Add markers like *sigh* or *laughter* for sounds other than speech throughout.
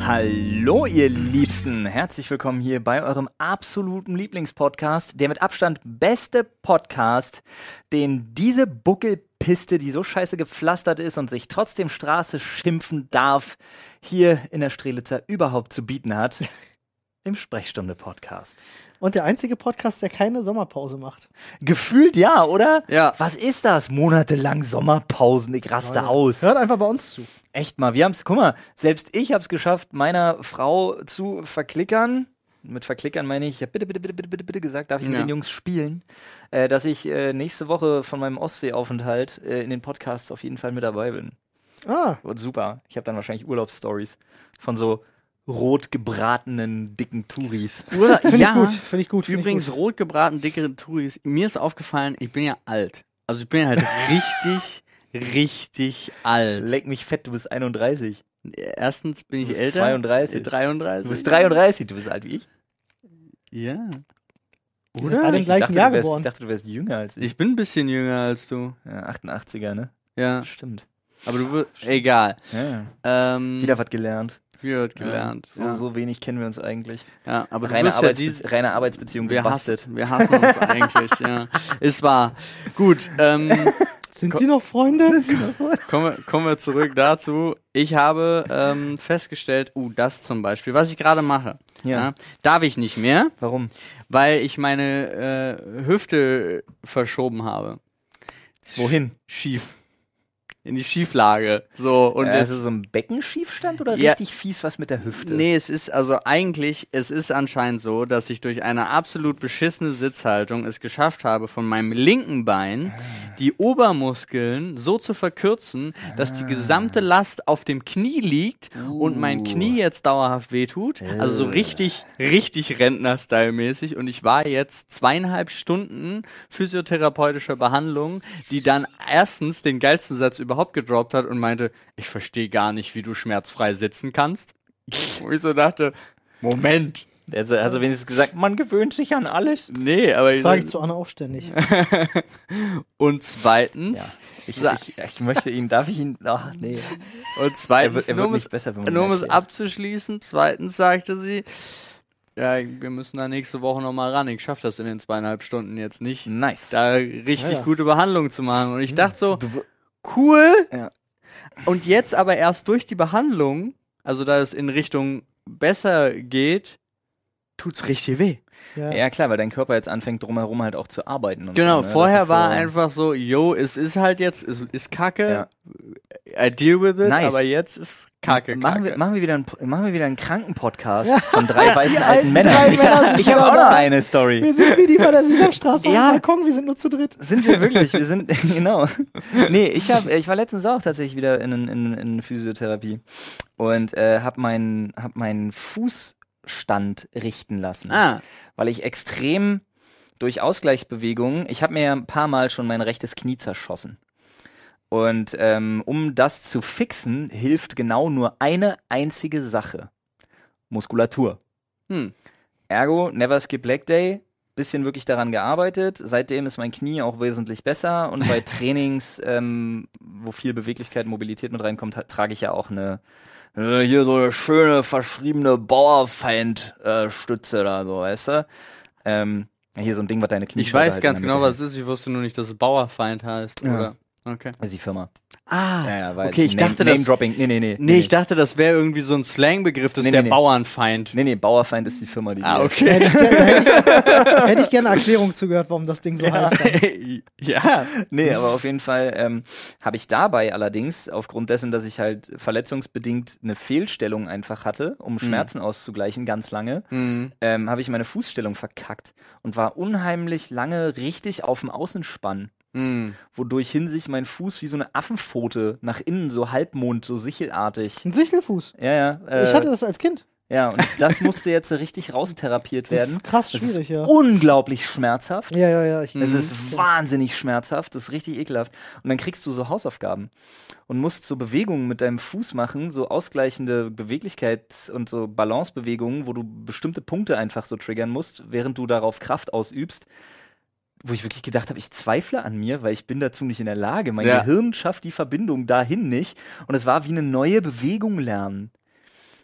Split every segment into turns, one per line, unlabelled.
Hallo, ihr Liebsten. Herzlich willkommen hier bei eurem absoluten Lieblingspodcast, der mit Abstand beste Podcast, den diese Buckelpiste, die so scheiße gepflastert ist und sich trotzdem Straße schimpfen darf, hier in der Strelitzer überhaupt zu bieten hat. Im Sprechstunde-Podcast.
Und der einzige Podcast, der keine Sommerpause macht.
Gefühlt ja, oder?
Ja.
Was ist das? Monatelang Sommerpausen, ich raste aus.
Hört einfach bei uns zu.
Echt mal, wir haben's, guck mal, selbst ich hab's geschafft, meiner Frau zu verklickern. Mit verklickern meine ich, ich hab bitte, bitte, bitte, bitte, bitte, bitte gesagt, darf ich mit
Ja.
den Jungs spielen, äh, dass ich äh, nächste Woche von meinem Ostseeaufenthalt äh, in den Podcasts auf jeden Fall mit dabei bin.
Ah,
Und super. Ich habe dann wahrscheinlich Urlaubsstories von so rot gebratenen, dicken Touris.
*laughs*
Oder,
finde
ja,
ich gut. Finde ich gut. Find
übrigens
ich gut.
rot gebraten, dickere Touris. Mir ist aufgefallen, ich bin ja alt. Also ich
*laughs*
bin halt richtig, richtig alt.
Leck mich fett, du bist 31.
Erstens bin ich
bist
älter.
32.
Äh, 33.
Du bist 33, du bist alt wie ich.
Ja.
sind alle im
Ich
gleichen
dachte,
Jahr
du wärst,
geboren.
Ich dachte, du wärst jünger als ich.
Ich bin ein bisschen jünger als du.
Ja, 88er, ne?
Ja.
Stimmt.
Aber du wirst. Egal.
Ja.
Ähm,
Wieder was gelernt.
wieder was gelernt.
So,
ja.
so wenig kennen wir uns eigentlich.
ja. Aber du
Reine,
wirst ja
Arbeitsbe
diese,
reine Arbeitsbeziehung
wir
gebastelt.
hassen, wir hassen
*laughs*
uns eigentlich, ja. Ist wahr. Gut,
*laughs*
ähm,
Sind Sie noch Freunde?
Kommen wir, kommen wir zurück dazu. Ich habe ähm, festgestellt, uh, das zum Beispiel, was ich gerade mache, ne,
Ja.
darf ich nicht mehr,
Warum?
weil ich meine äh, Hüfte verschoben habe.
Wohin?
Schief. In die Schieflage. So, und
äh,
es
ist es so ein Beckenschiefstand oder
Ja.
richtig fies was mit der Hüfte?
Nee, es ist also eigentlich, es ist anscheinend so, dass ich durch eine absolut beschissene Sitzhaltung es geschafft habe, von meinem linken Bein die Obermuskeln so zu verkürzen, dass die gesamte Last auf dem Knie liegt und mein Knie jetzt dauerhaft wehtut. Also so richtig, richtig Rentner-Style-mäßig. Und ich war jetzt zweieinhalb Stunden physiotherapeutischer Behandlung, die dann erstens den geilsten Satz überhaupt gedroppt hat und meinte, ich verstehe gar nicht, wie du schmerzfrei sitzen kannst. *laughs* Wo ich so dachte, Moment.
Also, also wenigstens gesagt, man gewöhnt sich an alles.
Nee, aber
Das sage ich zu Anna
*laughs*
auch ständig.
und
Ja.
zweitens,
Ich,
Sa-
ich, ich möchte ihn, darf ich ihn? Ach, nee.
und
Er wird,
zweitens,
er
nur
wird
um es,
nicht besser, wenn man ihn
nur um es
erklärt.
abzuschließen, zweitens sagte sie, ja, wir müssen da nächste Woche nochmal ran. Ich schaff das in den zweieinhalb Stunden jetzt nicht,
Nice.
da richtig
Ja, ja.
gute Behandlung zu machen. Und ich dachte
Hm.
so,
Du w-
cool.
Ja.
Und jetzt aber erst durch die Behandlung, also da es in Richtung besser geht, tut's richtig weh.
Ja.
ja klar, weil dein Körper jetzt anfängt drumherum halt auch zu arbeiten. Und
Genau,
so, ne? Das
vorher
ist
war
so,
einfach so, yo, es ist halt jetzt, es ist kacke, I deal with it,
Nice.
aber jetzt ist kacke,
Machen
kacke.
wir, machen, wir wieder einen, Po- machen wir wieder einen Krankenpodcast von drei weißen alten *laughs*
alten drei
Männern. Ich,
Männer sind
ich habe
wieder
auch noch
da.
eine Story.
Wir sind wie die bei der Sesamstraße
Ja.
am Balkon, wir sind nur zu dritt.
Sind wir wirklich? Wir sind, *laughs* genau. Nee, ich, hab, ich war letztens auch tatsächlich wieder in, in, in Physiotherapie und äh, habe meinen hab meinen Fußstand richten lassen,
ah,
weil ich extrem durch Ausgleichsbewegungen, ich habe mir ja ein paar Mal schon mein rechtes Knie zerschossen. Und ähm, um das zu fixen, hilft genau nur eine einzige Sache. Muskulatur.
hm.
Ergo, never skip leg day. Bisschen wirklich daran gearbeitet. Seitdem ist mein Knie auch wesentlich besser und
*laughs*
bei Trainings, ähm, wo viel Beweglichkeit, Mobilität mit reinkommt, ha- trage ich ja auch eine äh, hier so eine schöne verschriebene Bauerfeind-Stütze da so, weißt du? Ähm, hier so ein Ding, was deine Knie halt
Ich weiß ganz genau, was es ist. Ich wusste nur nicht, dass es Bauerfeind heißt,
Ja.
oder? Okay.
ist die Firma.
Ah,
Ja, ja, war
okay,
jetzt
ich
Name,
dachte,
Name
das-
Dropping. Nee, nee, nee.
nee, ich dachte, das wäre irgendwie so ein Slangbegriff, das
Nee,
ist
nee,
der
nee.
Bauernfeind.
Nee, nee, Bauerfeind ist die Firma, die
Ah,
die-
okay.
Hätte ich gerne eine Erklärung zugehört, warum das Ding so heißt.
*laughs* ja.
Hm.
Nee, aber auf jeden Fall ähm, habe ich dabei allerdings, aufgrund dessen, dass ich halt verletzungsbedingt eine Fehlstellung einfach hatte, um
Hm.
Schmerzen auszugleichen, ganz lange,
Mhm.
ähm, habe ich meine Fußstellung verkackt und war unheimlich lange richtig auf dem Außenspann,
Mhm.
wodurch hin sich mein Fuß wie so eine Affenpfote nach innen, so halbmond, so sichelartig.
Ein Sichelfuß.
Ja, ja. Äh,
ich hatte das als Kind.
ja, und das musste jetzt so richtig raustherapiert
Das
werden.
ist krass
Das
schwierig,
ist
ja.
unglaublich schmerzhaft.
Ja, ja, ja. Ich,
Es
Mhm.
ist wahnsinnig schmerzhaft, das ist richtig ekelhaft. Und dann kriegst du so Hausaufgaben und musst so Bewegungen mit deinem Fuß machen, so ausgleichende Beweglichkeits- und so Balancebewegungen, wo du bestimmte Punkte einfach so triggern musst, während du darauf Kraft ausübst. Wo ich wirklich gedacht habe, ich zweifle an mir, weil ich bin dazu nicht in der Lage. Mein
Ja.
Gehirn schafft die Verbindung dahin nicht. Und es war wie eine neue Bewegung lernen.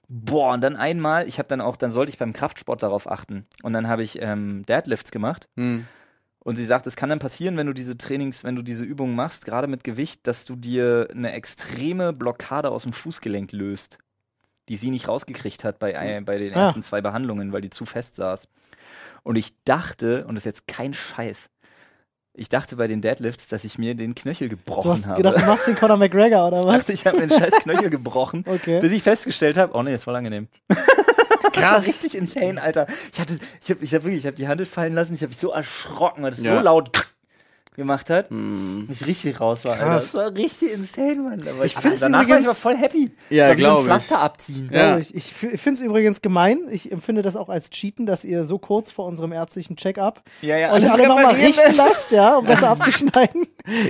boah, und dann einmal, ich habe dann auch, dann sollte ich beim Kraftsport darauf achten. Und dann habe ich ähm, Deadlifts gemacht.
Hm.
Und sie sagt, es kann dann passieren, wenn du diese Trainings, wenn du diese Übungen machst, gerade mit Gewicht, dass du dir eine extreme Blockade aus dem Fußgelenk löst, die sie nicht rausgekriegt hat bei, ein- bei den
Ah.
ersten zwei Behandlungen, weil die zu fest saß. Und ich dachte, und das ist jetzt kein Scheiß, ich dachte bei den Deadlifts, dass ich mir den Knöchel gebrochen
Du hast
habe.
gedacht, du machst den Conor McGregor
*laughs*
oder
ich
was?
dachte, ich habe mir den scheiß Knöchel gebrochen,
Okay.
bis ich festgestellt habe, oh nee, das war angenehm. *laughs* Das war
Krass.
richtig insane, Alter. Ich hatte, ich habe, ich hab wirklich, ich habe die Hand fallen lassen. Ich habe mich so erschrocken, weil das
Ja.
so laut *laughs* gemacht hat,
Hm.
dass ich richtig raus war. Alter.
Krass.
Das war richtig insane, Mann. Aber ich
find's
danach war ich
übrigens-
aber voll happy. Das war wie so
Ja,
ein
glaub ich.
Pflaster abziehen.
Ja.
Glaub Also Ich, ich finde es übrigens gemein. Ich empfinde das auch als Cheaten, dass ihr so kurz vor unserem ärztlichen Check-up
Ja, ja,
euch
alles
alle nochmal
reparieren
richten
lässt.
lasst, ja, um besser abzuschneiden.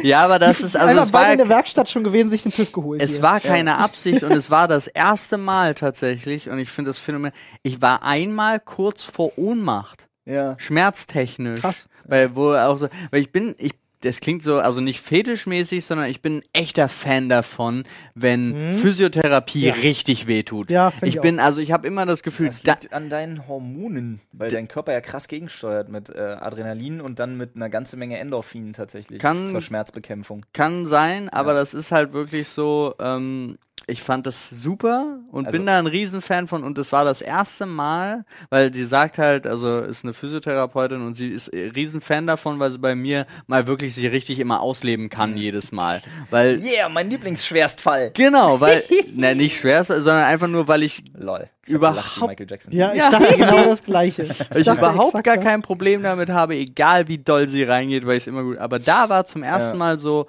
Ja, aber das ist also
Einfach
es war
beide in der Werkstatt schon gewesen, sich den TÜV geholt.
Es
hier.
war keine Absicht und es war das erste Mal tatsächlich und ich finde das Phänomen, ich war einmal kurz vor Ohnmacht,
Ja.
schmerztechnisch.
Krass.
Weil wo auch so, weil ich bin, ich das klingt so, also nicht fetischmäßig, sondern ich bin ein echter Fan davon, wenn Physiotherapie richtig wehtut.
Mhm. Ja, find
ich
ich auch.
bin, also ich habe immer das Gefühl,
Das
da,
liegt an deinen Hormonen, weil dein Körper ja krass gegensteuert mit äh, Adrenalin und dann mit einer ganzen Menge Endorphinen tatsächlich
Kann-
zur Schmerzbekämpfung.
kann sein, aber das ist halt wirklich so, ähm, ich fand das super und
Also-
bin da ein Riesenfan von und das war das erste Mal, weil die sagt halt, also ist eine Physiotherapeutin und sie ist äh, Riesenfan davon, weil sie bei mir mal wirklich sich richtig immer ausleben kann jedes Mal, weil
Yeah, mein Lieblingsschwerstfall.
genau, weil *laughs* na nicht schwer, sondern einfach nur, weil ich
Lol. Ich hab
Überhaupt-
gelacht wie Michael Jackson.
ja, ich
*laughs*
Ja.
dachte genau das Gleiche. Ich,
ich
dachte
überhaupt
exakt
gar
das.
kein Problem damit habe, egal wie doll sie reingeht, weil ich es immer gut. Aber da war zum ersten
Ja.
Mal so,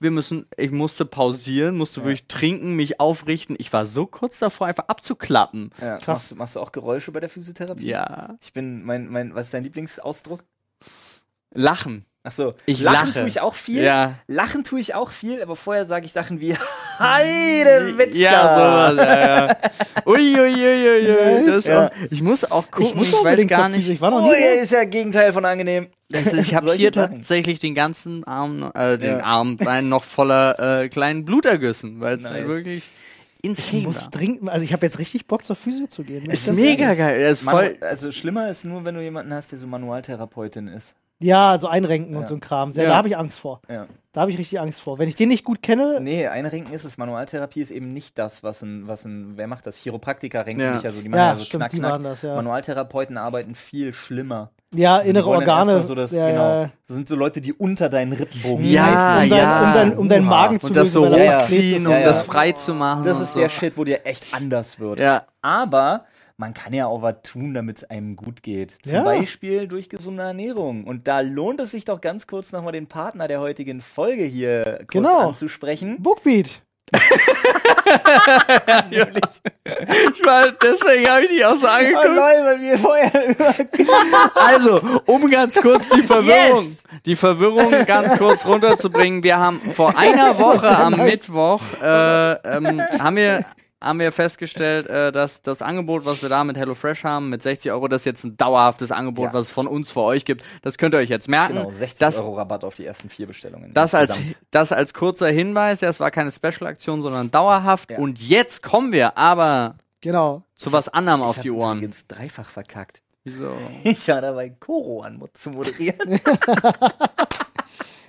wir müssen, ich musste pausieren, musste wirklich trinken, mich aufrichten. Ich war so kurz davor, einfach abzuklappen.
Ja,
Krass.
Machst, du- machst du auch Geräusche bei der Physiotherapie?
Ja.
Ich bin, mein, mein, was ist dein Lieblingsausdruck?
Lachen.
Ach so,
Ich
lachen
lache.
tue ich auch viel.
Ja.
Lachen tue ich auch viel, aber vorher sage ich Sachen wie Heidewitzka.
Ja, sowas.
*laughs*
Ja, ja. Ui, ui, ui, ui, ui. Das
Ja.
auch, ich muss auch gucken,
Ich
ich,
muss auch
weiß
links
gar
auf diese-
nicht.
Ich war noch
Oh,
nie.
ja, ist ja Gegenteil von angenehm.
*laughs*
Das ist, ich habe
Solche
hier
Sachen.
tatsächlich den ganzen Arm, äh, den
Ja.
Arm rein noch voller äh, kleinen Blutergüssen, weil es halt
Nice.
wirklich
Ich
insane
muss
war.
dringend, also ich habe jetzt richtig Bock zur Physio zu gehen.
Ist
Das-
mega geil. Das ist
Manu
voll.
also schlimmer ist nur, wenn du jemanden hast, der so Manualtherapeutin ist.
Ja, so einrenken
Ja.
und so ein Kram. Ja,
Ja.
Da habe ich Angst vor.
Ja.
Da habe ich richtig Angst vor. Wenn ich den nicht gut kenne,
Nee, einrenken ist es. Manualtherapie ist eben nicht das, was ein, was ein, wer macht das? Chiropraktiker renken
Ja.
nicht, also die machen
Ja,
so
stimmt,
knack,
die
knack.
machen das, ja.
Manualtherapeuten arbeiten viel schlimmer.
ja,
Also
Die
innere
wollen dann
Organe.
erstmal So das,
ja,
genau.
ja.
Das sind so Leute, die unter deinen Rippenbogen
Ja,
reißen.
um,
ja.
Dein, um, dein, um deinen
Oha.
Magen zu
und das so
lösen, weil er verklebt
hochziehen,
ist.
um
Ja, ja.
das frei zu machen.
Das
und
ist
so.
der Shit, wo dir echt anders wird.
Ja.
Aber man kann ja auch was tun, damit es einem gut geht. Zum
Ja.
Beispiel durch gesunde Ernährung. Und da lohnt es sich doch ganz kurz nochmal den Partner der heutigen Folge hier kurz
Genau.
anzusprechen.
Bookbeat.
Ich war, deswegen habe ich dich auch so
Oh
angeguckt.
lol, weil wir vorher über
Also, um ganz kurz
*laughs*
die Verwirrung,
Yes!
die Verwirrung ganz kurz runterzubringen. Wir haben vor
*laughs*
einer Woche am Mittwoch äh, ähm, haben wir haben wir festgestellt, äh, dass das Angebot, was wir da mit HelloFresh haben, mit 60 Euro, das ist jetzt ein dauerhaftes Angebot,
Ja.
was es von uns für euch gibt. Das könnt ihr euch jetzt merken.
*laughs* genau, 60
das,
Euro Rabatt auf die ersten vier Bestellungen.
Das als,
Insgesamt.
das als kurzer Hinweis. Ja, es war keine Special-Aktion, sondern dauerhaft.
Ja.
Und jetzt kommen wir aber
Genau.
zu was anderem
Ich
auf
hab
die Ohren.
übrigens dreifach verkackt.
Wieso?
*laughs* Ich war dabei, Koro an zu moderieren.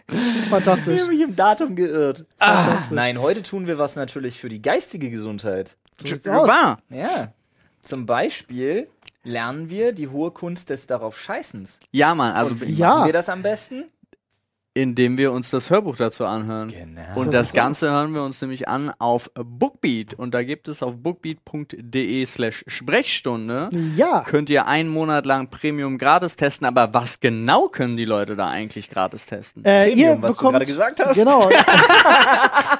Ich
Fantastisch.
habe mich im Datum geirrt. Ah, Nein, heute tun wir was natürlich für die geistige Gesundheit.
So sieht's aus.
Wahr.
Ja. Zum Beispiel lernen wir die hohe Kunst des darauf Scheißens.
Ja, Mann, also
Und wie
Ja.
machen wir das am besten?
indem wir uns das Hörbuch dazu anhören.
Genau.
Und das Ganze hören wir uns nämlich an auf Bookbeat. Und da gibt es auf bookbeat.de slash Sprechstunde.
Ja.
Könnt ihr einen Monat lang Premium gratis testen. Aber was genau können die Leute da eigentlich gratis testen?
Äh,
Premium,
ihr
was du
bekommt,
gerade gesagt hast.
Genau.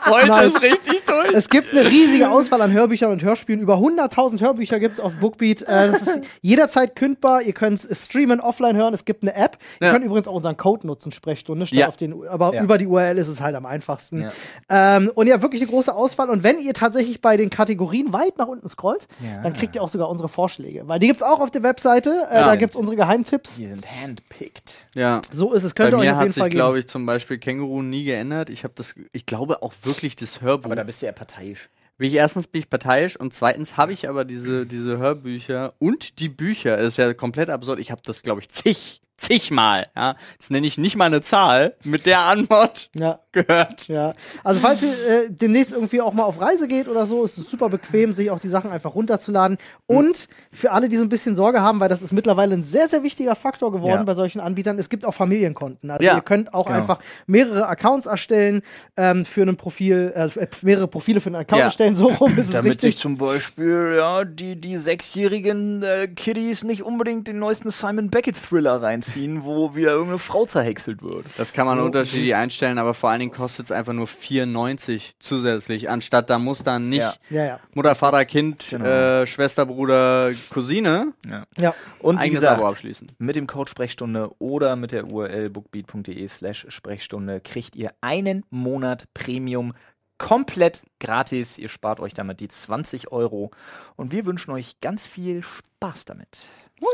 Heute
nein.
ist
*laughs*
richtig durch.
Es gibt eine riesige Auswahl an Hörbüchern und Hörspielen. Über 100.000 Hörbücher gibt es auf Bookbeat. Äh, das ist jederzeit kündbar. Ihr könnt es streamen, offline hören. Es gibt eine App. Ihr
Ja.
könnt übrigens auch unseren Code nutzen, Sprechstunde. Statt
Ja.
auf den, aber
Ja.
über die URL ist es halt am einfachsten. Ähm, und ja, wirklich eine große Auswahl. Und wenn ihr tatsächlich bei den Kategorien weit nach unten scrollt,
Ja.
dann kriegt ihr auch sogar unsere Vorschläge. Weil die gibt es auch auf der Webseite. Äh,
Ja.
Da gibt es unsere Geheimtipps.
Die sind handpicked.
Ja.
So ist es. Könnt
Bei
ihr euch
mir
auf jeden
hat
Fall
sich,
geben.
glaube ich, zum Beispiel Känguru nie geändert. Ich habe das, ich glaube auch wirklich das Hörbuch.
Aber da bist du ja parteiisch.
Bin ich, erstens bin ich parteiisch und zweitens habe ich aber diese, diese Hörbücher und die Bücher. Das ist ja komplett absurd. Ich habe das, glaube ich, zig, zigmal. Ja? Jetzt nenne ich nicht mal eine Zahl mit der Antwort *laughs*
Ja,
gehört.
ja. Also falls ihr äh, demnächst irgendwie auch mal auf Reise geht oder so, ist es super bequem, sich auch die Sachen einfach runterzuladen. Und für alle, die so ein bisschen Sorge haben, weil das ist mittlerweile ein sehr, sehr wichtiger Faktor geworden
Ja.
bei solchen Anbietern, es gibt auch Familienkonten. Also
Ja,
ihr könnt auch
genau.
einfach mehrere Accounts erstellen ähm, für ein Profil, äh, mehrere Profile für einen Account
Ja.
erstellen, so rum ist es
Damit sich
richtig.
zum Beispiel ja, die, die sechsjährigen äh, Kiddies nicht unbedingt den neuesten Simon Beckett-Thriller reinziehen, wo wieder irgendeine Frau zerhäckselt wird.
Das kann man
So
unterschiedlich einstellen, aber vor allen Dingen kostet es einfach nur 94 zusätzlich, anstatt da muss dann nicht
Ja.
Ja, ja.
Mutter, Vater, Kind,
Genau.
äh, Schwester, Bruder, Cousine
Ja.
Und wie
eigenes
gesagt,
Abo abschließen.
mit dem Code Sprechstunde oder mit der URL bookbeat.de slash Sprechstunde kriegt ihr einen Monat Premium komplett gratis. Ihr spart euch damit die 20 Euro und wir wünschen euch ganz viel Spaß damit.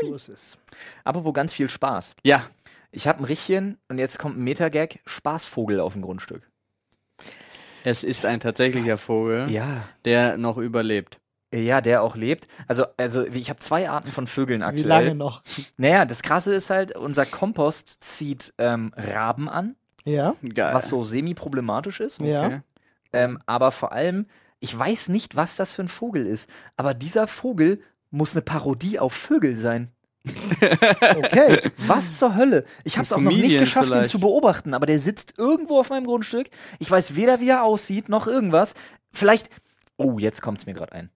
So ist es.
Apropos ganz viel Spaß.
Ja,
Ich habe ein Richtchen und jetzt kommt ein Metagag. Spaßvogel auf dem Grundstück.
es ist ein tatsächlicher
Hm?
Vogel,
Ja.
der noch überlebt.
Ja, der auch lebt. Also, also ich habe zwei Arten von Vögeln
Wie
aktuell.
lange noch?
Naja, das Krasse ist halt, unser Kompost zieht ähm, Raben an,
Ja.
Geil.
was so semi-problematisch ist.
Ja.
Okay.
Ähm, aber vor allem, ich weiß nicht, was das für ein Vogel ist. Aber dieser Vogel muss eine Parodie auf Vögel sein.
Okay.
Was zur Hölle? Ich habe es auch noch nicht
Comedian
geschafft, ihn
vielleicht.
zu beobachten, aber der sitzt irgendwo auf meinem Grundstück. Ich weiß weder, wie er aussieht, noch irgendwas. Vielleicht. Oh, jetzt kommt es mir gerade ein.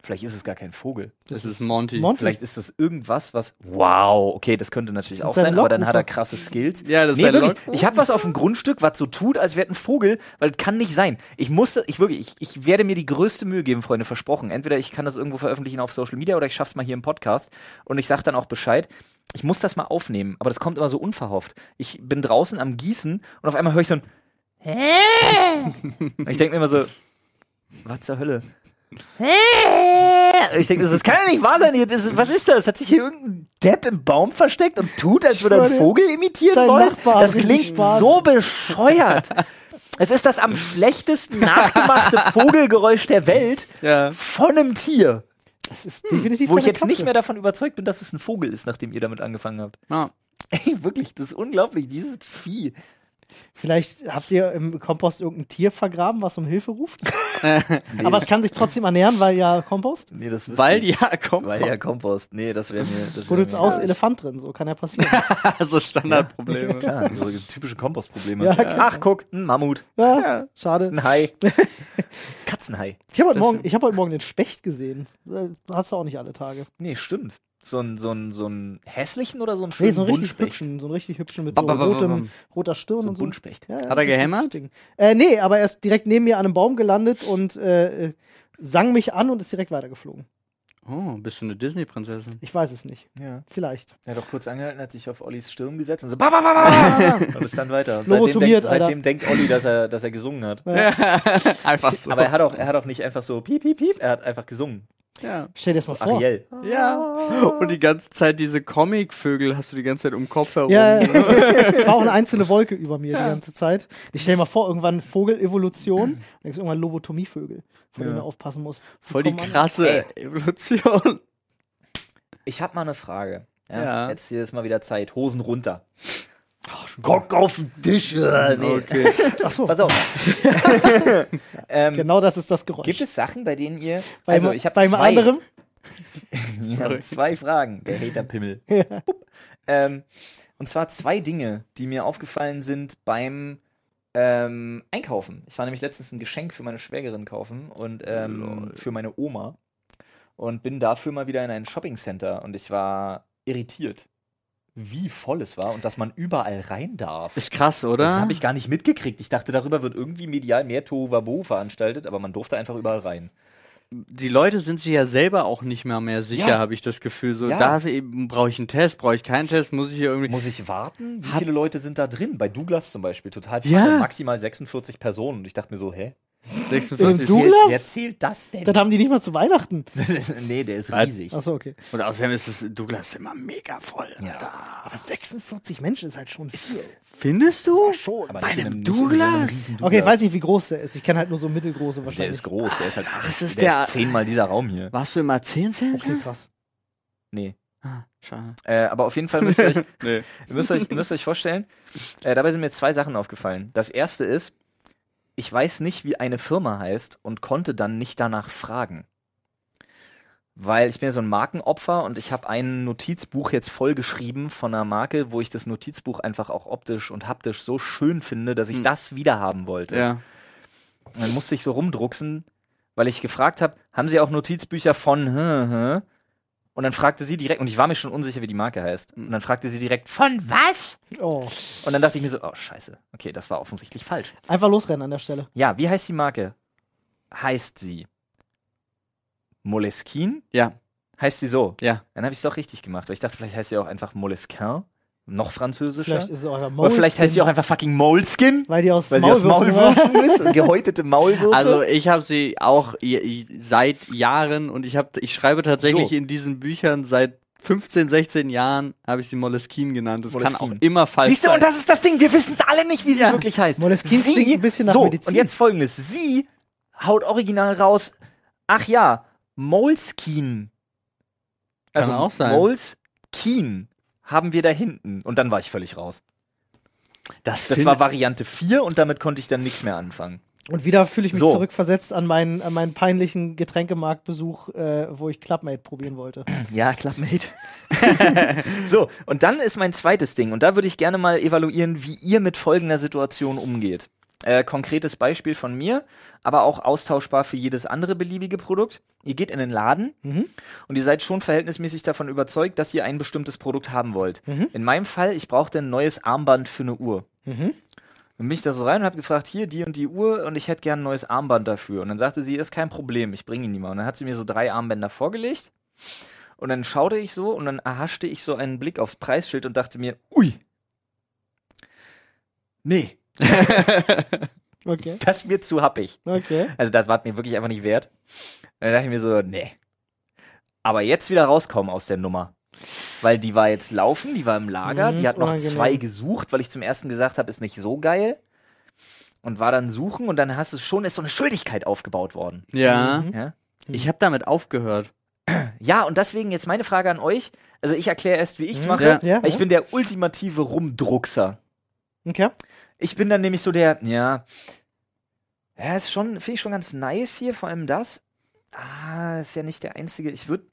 Vielleicht ist es gar kein Vogel.
Das ist Monty.
Monty.
Vielleicht ist das irgendwas, was. Wow, okay, das könnte natürlich
Das
auch
ist ein
sein, aber dann hat er
Lockenfuck.
krasse Skills.
Ja, das ist
nee,
ein
wirklich.
Lockenfuck.
Ich habe was auf dem Grundstück, was so tut, als wäre ein Vogel, weil das kann nicht sein. Ich musste, ich wirklich, ich, ich werde mir die größte Mühe geben, Freunde, versprochen. Entweder ich kann das irgendwo veröffentlichen auf Social Media oder ich schaff's mal hier im Podcast und ich sag dann auch Bescheid. Ich muss das mal aufnehmen, aber das kommt immer so unverhofft. Ich bin draußen am Gießen und auf einmal höre ich so ein *laughs* und ich denke mir immer so, was zur Hölle? Und Ich denke, das kann ja nicht wahr sein. Hier, Das, was ist das? Hat sich hier irgendein Depp im Baum versteckt und tut, als
Ich
würde er einen
schwöre dir,
Vogel imitieren
dein
wollen?
Nachbar hat
Das
richtig
klingt
Spaß.
so bescheuert. Es ist das am *laughs* schlechtesten nachgemachte Vogelgeräusch der Welt
Ja.
von einem Tier,
Das ist definitiv
wo ich
deine
jetzt nicht
Katze.
mehr davon überzeugt bin, dass es ein Vogel ist, nachdem ihr damit angefangen habt.
Ja.
Ey, wirklich, das ist unglaublich, dieses Vieh.
Vielleicht habt ihr im Kompost irgendein Tier vergraben, was um Hilfe ruft. Aber es kann sich trotzdem ernähren, weil ja Kompost.
Nee, das
Weil ja, komm.
Weil
*laughs*
ja Kompost. Nee, das wäre mir. Das wär
Wurde jetzt
mir-
aus Elefant drin, so kann ja passieren.
so Also Standardprobleme.
Klar, so typische Kompostprobleme.
Ja,
Ach, guck, ein Mammut,
ja, Schade.
ein *laughs* Hai. Katzenhai.
Ich habe heute, Morgen- ich hab heute Morgen den Specht gesehen. Äh, Hast du auch nicht alle Tage.
Nee, stimmt. So ein, so ein, so ein hässlichen oder so ein schönen
Nee, so einen richtig
Buntspecht?
hübschen, so einen richtig hübschen mit so
Ba, ba, ba, ba,
rotem, roter Stirn
So ein
und so.
Buntspecht.
Ja, ja,
Hat er
richtig
gehämmert?
Ding. Äh, nee, aber er ist direkt neben mir an einem Baum gelandet und äh, äh, sang mich an und ist direkt weitergeflogen.
Oh, bist du eine Disney-Prinzessin?
Ich weiß es nicht.
Ja.
Vielleicht.
Er hat doch kurz angehalten, hat sich auf Ollis Stirn gesetzt und so ba, ba, ba, ba, ba, ba. *laughs* und ist dann weiter. Und seitdem,
Lobotomiert,
denkt,
Alter.
seitdem denkt Olli, dass er, dass er gesungen hat.
*laughs* Einfach so.
Aber er hat, auch, er hat auch nicht einfach so piep, piep, piep, er hat einfach gesungen.
ja.
Stell dir das mal vor.
Ariel.
ja. Und die ganze Zeit diese Comicvögel hast du die ganze Zeit um den Kopf herum.
Ja, ja. *laughs* war auch eine einzelne Wolke über mir die ganze Zeit. Ich stell dir mal vor, irgendwann Vogelevolution, dann gibt es irgendwann Lobotomievögel, vor denen
Ja.
du aufpassen musst.
Voll die
kommen an.
krasse Evolution.
Ich habe mal eine Frage. Ja,
Ja.
Jetzt hier ist mal wieder Zeit. Hosen runter. Kock auf den Tisch. äh, nee.
Okay.
Ach so,
Pass auf.
*laughs*
ähm,
Oh. genau das ist das Geräusch.
Gibt es Sachen, bei denen ihr.
Bei
also,
ma-
ich habe
bei
zwei,
jemand anderem?
*laughs*
*laughs*
ich hab zwei Fragen. Der Haterpimmel.
Ja.
Pup. ähm, und zwar zwei Dinge, die mir aufgefallen sind beim ähm, Einkaufen. Ich war nämlich letztens ein Geschenk für meine Schwägerin kaufen und ähm, für meine Oma und bin dafür mal wieder in ein Shoppingcenter und ich war irritiert, wie voll es war und dass man überall rein darf.
Ist krass,
Das
oder?
habe ich gar nicht mitgekriegt. Ich dachte, darüber wird irgendwie medial mehr Tohuwabohu veranstaltet, aber man durfte einfach überall rein.
die Leute sind sich ja selber auch nicht mehr mehr sicher,
Ja.
habe ich das Gefühl. So,
Ja.
darf ich, brauche ich einen Test, brauche ich keinen Test, muss ich hier irgendwie.
Muss ich warten? Wie
Hab-
viele Leute sind da drin? Bei Douglas zum Beispiel total viele,
Ja.
maximal 46 Personen. Und ich dachte mir so, hä?
In
46
den
Wer
Douglas?
zählt das denn?
Das
*laughs*
haben die nicht mal zu Weihnachten.
nee, der ist
Was?
riesig.
Achso, okay.
Und außerdem ist das Douglas immer mega voll.
Aber 46 Menschen ist halt schon viel.
Findest du?
Schon.
Aber
Bei
nicht in
einem
nicht in so einem
Douglas?
riesen Douglas.
Okay, ich weiß nicht, wie groß der ist. Ich kenne halt nur so mittelgroße
Also der
wahrscheinlich.
ist groß, der ist halt
Das Ah, ist
der
der-
ist zehnmal dieser Raum hier.
Warst du immer 10 Cent?
okay, krass.
Nee.
Ah, schade.
Äh, aber auf jeden Fall müsst ihr
*laughs*
euch,
Nee.
ihr müsst euch, ihr müsst euch vorstellen, äh, dabei sind mir zwei Sachen aufgefallen. Das erste ist, ich weiß nicht, wie eine Firma heißt und konnte dann nicht danach fragen. Weil ich bin ja so ein Markenopfer und ich habe ein Notizbuch jetzt vollgeschrieben von einer Marke, wo ich das Notizbuch einfach auch optisch und haptisch so schön finde, dass ich
Hm.
das wiederhaben wollte.
Ja.
Und dann musste ich so rumdrucksen, weil ich gefragt habe, haben Sie auch Notizbücher von hm, hm? Und dann fragte sie direkt, und ich war mir schon unsicher, wie die Marke heißt. Und dann fragte sie direkt, von was?
Oh.
Und dann dachte ich mir so, oh scheiße, okay, das war offensichtlich falsch.
Einfach losrennen an der Stelle.
Ja, wie heißt die Marke? Heißt sie Moleskine?
Ja.
Heißt sie so?
Ja.
Dann habe ich es doch richtig gemacht, weil ich dachte, vielleicht heißt sie auch einfach Moleskine, noch französischer.
Vielleicht ist es auch einfach
Oder vielleicht heißt sie auch einfach fucking Moleskin,
Weil die aus
weil sie aus
Maulwürfen-
*laughs* Maulwürfen ist, gehäutete Maulwürfe.
Also ich habe sie auch i- i- seit Jahren und ich habe ich schreibe tatsächlich
So.
in diesen Büchern seit 15, 16 Jahren habe ich sie Moleskine genannt. Das kann auch
Moleskine.
immer falsch
Siehst du,
sein.
und das ist das Ding. Wir wissen es alle nicht, wie sie
Ja.
wirklich heißt.
Moleskine klingt ein bisschen nach
so,
Medizin.
Und jetzt folgendes: Sie haut original raus. Ach ja, Moleskine. Also
Kann auch sein.
Moleskine haben wir da hinten. Und dann war ich völlig raus.
das
Das
find-
war Variante 4 und damit konnte ich dann nichts mehr anfangen.
Und wieder fühle ich mich
So.
zurückversetzt an meinen, an meinen peinlichen Getränkemarktbesuch, äh, wo ich Clubmate probieren wollte.
Ja, Clubmate. *laughs* so, und dann ist mein zweites Ding. Und da würde ich gerne mal evaluieren, wie ihr mit folgender Situation umgeht. Äh, konkretes Beispiel von mir, aber auch austauschbar für jedes andere beliebige Produkt. Ihr geht in den Laden und ihr seid schon verhältnismäßig davon überzeugt, dass ihr ein bestimmtes Produkt haben wollt. In meinem Fall, ich brauchte ein neues Armband für eine Uhr. Dann bin ich da so rein und habe gefragt, hier, die und die Uhr und ich hätte gern ein neues Armband dafür. Und dann sagte sie, ist kein Problem, ich bringe ihn die mal. Und dann hat sie mir so drei Armbänder vorgelegt und dann schaute ich so und dann erhaschte ich so einen Blick aufs Preisschild und dachte mir, ui, nee,
Okay.
das wird zu happig.
Okay.
Also das war mir wirklich einfach nicht wert. Und dann dachte ich mir so, nee. Aber jetzt wieder rauskommen aus der Nummer. Weil die war jetzt laufen, die war im Lager,
Mhm,
die hat noch
unangenehm.
zwei gesucht, weil ich zum ersten gesagt habe, ist nicht so geil. Und war dann suchen und dann hast du schon, ist so eine Schuldigkeit aufgebaut worden.
ja.
Mhm.
Ja?
Ich habe damit aufgehört.
Ja, und deswegen jetzt meine Frage an euch. Also ich erkläre erst, wie ich es mache.
Ja.
Mhm. Ja,
Ich
ja.
bin der ultimative Rumdruckser.
Okay.
Ich bin dann nämlich so der, ja, ja, ist schon, finde ich schon ganz nice hier, vor allem das. Ah, ist ja nicht der einzige. Ich würde,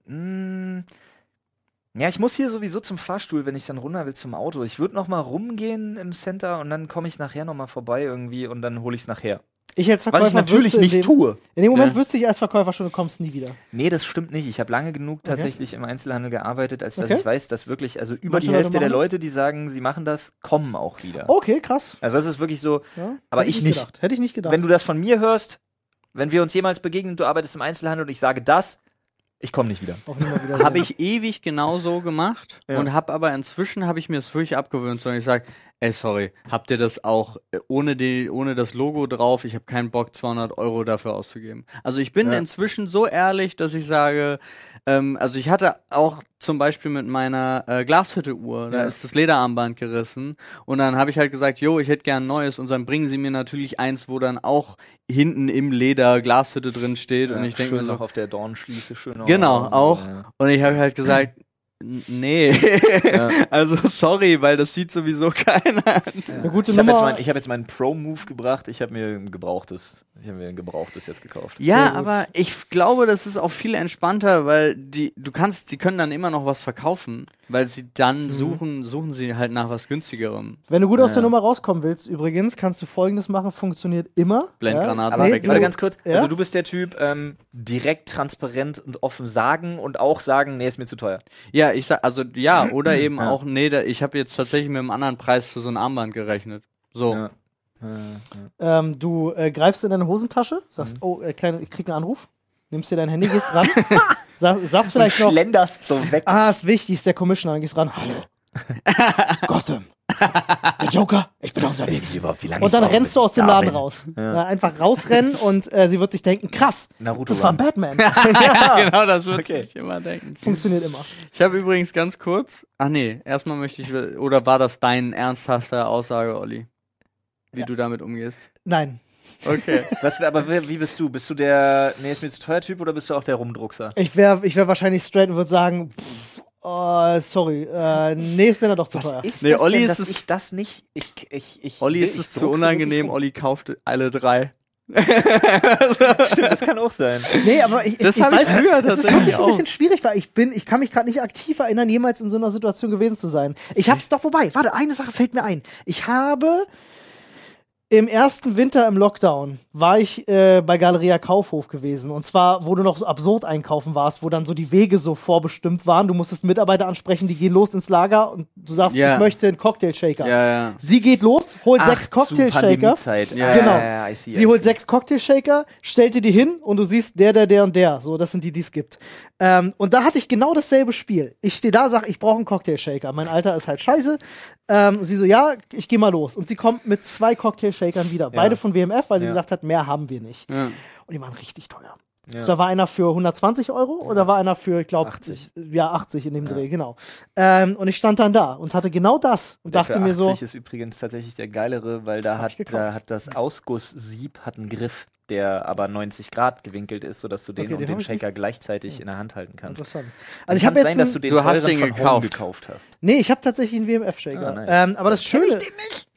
ja, ich muss hier sowieso zum Fahrstuhl, wenn ich dann runter will zum Auto. Ich würde noch mal rumgehen im Center und dann komme ich nachher noch mal vorbei irgendwie und dann hole ich es nachher.
Ich als Verkäufer
Was ich natürlich
wüsste in
nicht
dem,
tue.
In dem Moment
Ja.
wüsste ich als Verkäufer schon, du kommst nie wieder.
Nee, das stimmt nicht. Ich habe lange genug tatsächlich im Einzelhandel gearbeitet, als dass
Okay.
ich weiß, dass wirklich, also über die
Manche Leute
Hälfte der
machen Oh. das.
Leute, die sagen, sie machen das, kommen auch wieder.
Okay, krass.
Also es ist wirklich so,
Ja,
Aber
hätte
ich nicht.
Gedacht. Hätte ich nicht gedacht.
wenn du das von mir hörst, wenn wir uns jemals begegnen, du arbeitest im Einzelhandel und ich sage das, ich komme nicht wieder.
Auch
*laughs*
nimmer wieder
Habe
sehen.
ich ewig genau so gemacht
Ja.
und habe aber inzwischen habe ich mir es wirklich abgewöhnt, sondern ich sage, ey sorry, habt ihr das auch äh, ohne die ohne das Logo drauf? Ich habe keinen Bock 200 Euro dafür auszugeben. Also ich bin
Ja.
inzwischen so ehrlich, dass ich sage, ähm, also ich hatte auch zum Beispiel mit meiner äh, Glashütte-Uhr, da
Ja.
ist das Lederarmband gerissen und dann habe ich halt gesagt, jo, ich hätte gern ein neues und dann bringen sie mir natürlich eins, wo dann auch hinten im Leder Glashütte drin steht und ich denke mir
schön
so,
noch auf der Dornschließe, schön noch-
Genau, auch.
Ja.
Und ich habe halt gesagt, "N- nee. *laughs* Also sorry, weil das sieht sowieso *laughs* keiner.
Eine gute
Ich habe jetzt,
Nummer.
mein, ich hab jetzt meinen Pro-Move gebracht, ich habe mir ein gebrauchtes, ich habe mir ein gebrauchtes jetzt gekauft.
Ja,
gut.
aber ich f- glaube, das ist auch viel entspannter, weil die, du kannst, die können dann immer noch was verkaufen, weil sie dann suchen, suchen sie halt nach was günstigerem.
wenn du gut aus
Ja.
der Nummer rauskommen willst, übrigens, kannst du folgendes machen, funktioniert immer.
Blendgranaten
Aber
Nee,
warte,
weg.
du-
ganz kurz,
Ja?
also du bist der Typ, ähm, direkt, transparent und offen sagen und auch sagen, nee, ist mir zu teuer.
Ja, ich sag, also ja, *clears throat* oder eben
Ja.
auch, nee, da, ich habe jetzt tatsächlich mit einem anderen Preis für so ein Armband gerechnet. So.
Ja.
Äh. Ähm, du äh, greifst in deine Hosentasche,
Mhm.
sagst, oh, äh, kleine, ich krieg einen Anruf, nimmst dir dein Handy,
*laughs*
gehst ran, sag, sagst vielleicht noch,
Schlenderst
*laughs*
so weg. *laughs*
ah, ist wichtig, ist der Commissioner, dann gehst ran, hallo, Gotham, der Joker, ich bin auf unterwegs.
Sie überhaupt, wie lange
Und dann
ich brauche,
rennst
bis
du
ich
aus dem
da
Laden
bin?
raus. Ja, einfach rausrennen und äh, sie wird sich denken, krass,
Naruto
das war
Run. *laughs*
Batman.
*laughs* genau, das wird
Okay.
sich immer denken.
Funktioniert immer.
Ich habe übrigens ganz kurz. Ach nee, erstmal möchte ich. Oder war das deine ernsthafte Aussage, Olli? Wie du damit umgehst?
Nein,
Okay.
*laughs*
Was, aber wer- wie bist du? Bist du der, nee, ist mir zu teuer Typ oder bist du auch der Rumdruckser?
ich wäre ich wär wahrscheinlich straight und würde sagen, pff, oh, sorry, äh, nee, ist mir dann doch zu teuer.
ist
Nee, Olli ist es-
ich das nicht, ich, ich, ich.
Olli
nee,
ist
ich
es zu
druckse wirklich
*laughs*
unangenehm.
rum.
um.
Olli kaufte alle drei.
Stimmt, das kann auch sein.
Nee, aber ich,
Das
ich, ich
hab ich
weiß,
früher
das ist
tatsächlich
wirklich ein
auch.
bisschen schwierig, weil ich bin, ich kann mich gerade nicht aktiv erinnern, jemals in so einer Situation gewesen zu sein. Ich hab's doch vorbei. Warte, eine Sache fällt mir ein. Ich habe im ersten Winter im Lockdown war ich äh, bei Galeria Kaufhof gewesen. Und zwar, wo du noch so absurd einkaufen warst, wo dann so die Wege so vorbestimmt waren. Du musstest Mitarbeiter ansprechen, die gehen los ins Lager und du sagst,
Ja.
ich möchte einen Cocktail-Shaker.
ja.
Sie geht los, holt
Ach,
sechs
zu
Cocktail-Shaker.
Pandemiezeit.
Ja,
Ah,
Genau.
ja, ja, I see,
sie
I
holt
see.
sechs Cocktail-Shaker, stellt dir die hin und du siehst der, der, der und der. So, das sind die, die es gibt. Ähm, und da hatte ich genau dasselbe Spiel. Ich stehe da, sag, ich brauche einen Cocktail-Shaker. Mein Alter ist halt scheiße. Ähm, und sie so, ja, ich gehe mal los. Und sie kommt mit zwei Cocktail-Shakern wieder. Beide von WMF, weil sie
Ja.
gesagt hat, mehr haben wir nicht.
Ja.
Und die waren richtig teuer.
Ja.
So, da war einer für 120 Euro und da war einer für, ich glaube,
80.
ja, 80 in dem Dreh, genau. Ähm, und ich stand dann da und hatte genau das und
Der
dachte
für
mir so,
80 ist übrigens tatsächlich der geilere, weil da
Hab ich
hat,
gekauft.
da hat das Ausgusssieb hat einen Griff, der aber 90 Grad gewinkelt ist, sodass du den
Okay,
und
den
den,
hab ich
Shaker gleichzeitig in der Hand halten kannst.
interessant. Also ich
Kann
habe jetzt
sein, dass
ein-
du den
Du hast
teuren
den
von Home
gekauft.
gekauft hast.
Nee, ich habe tatsächlich einen WMF-Shaker.
Ah, nice.
ähm, aber das Schöne. Ich den nicht.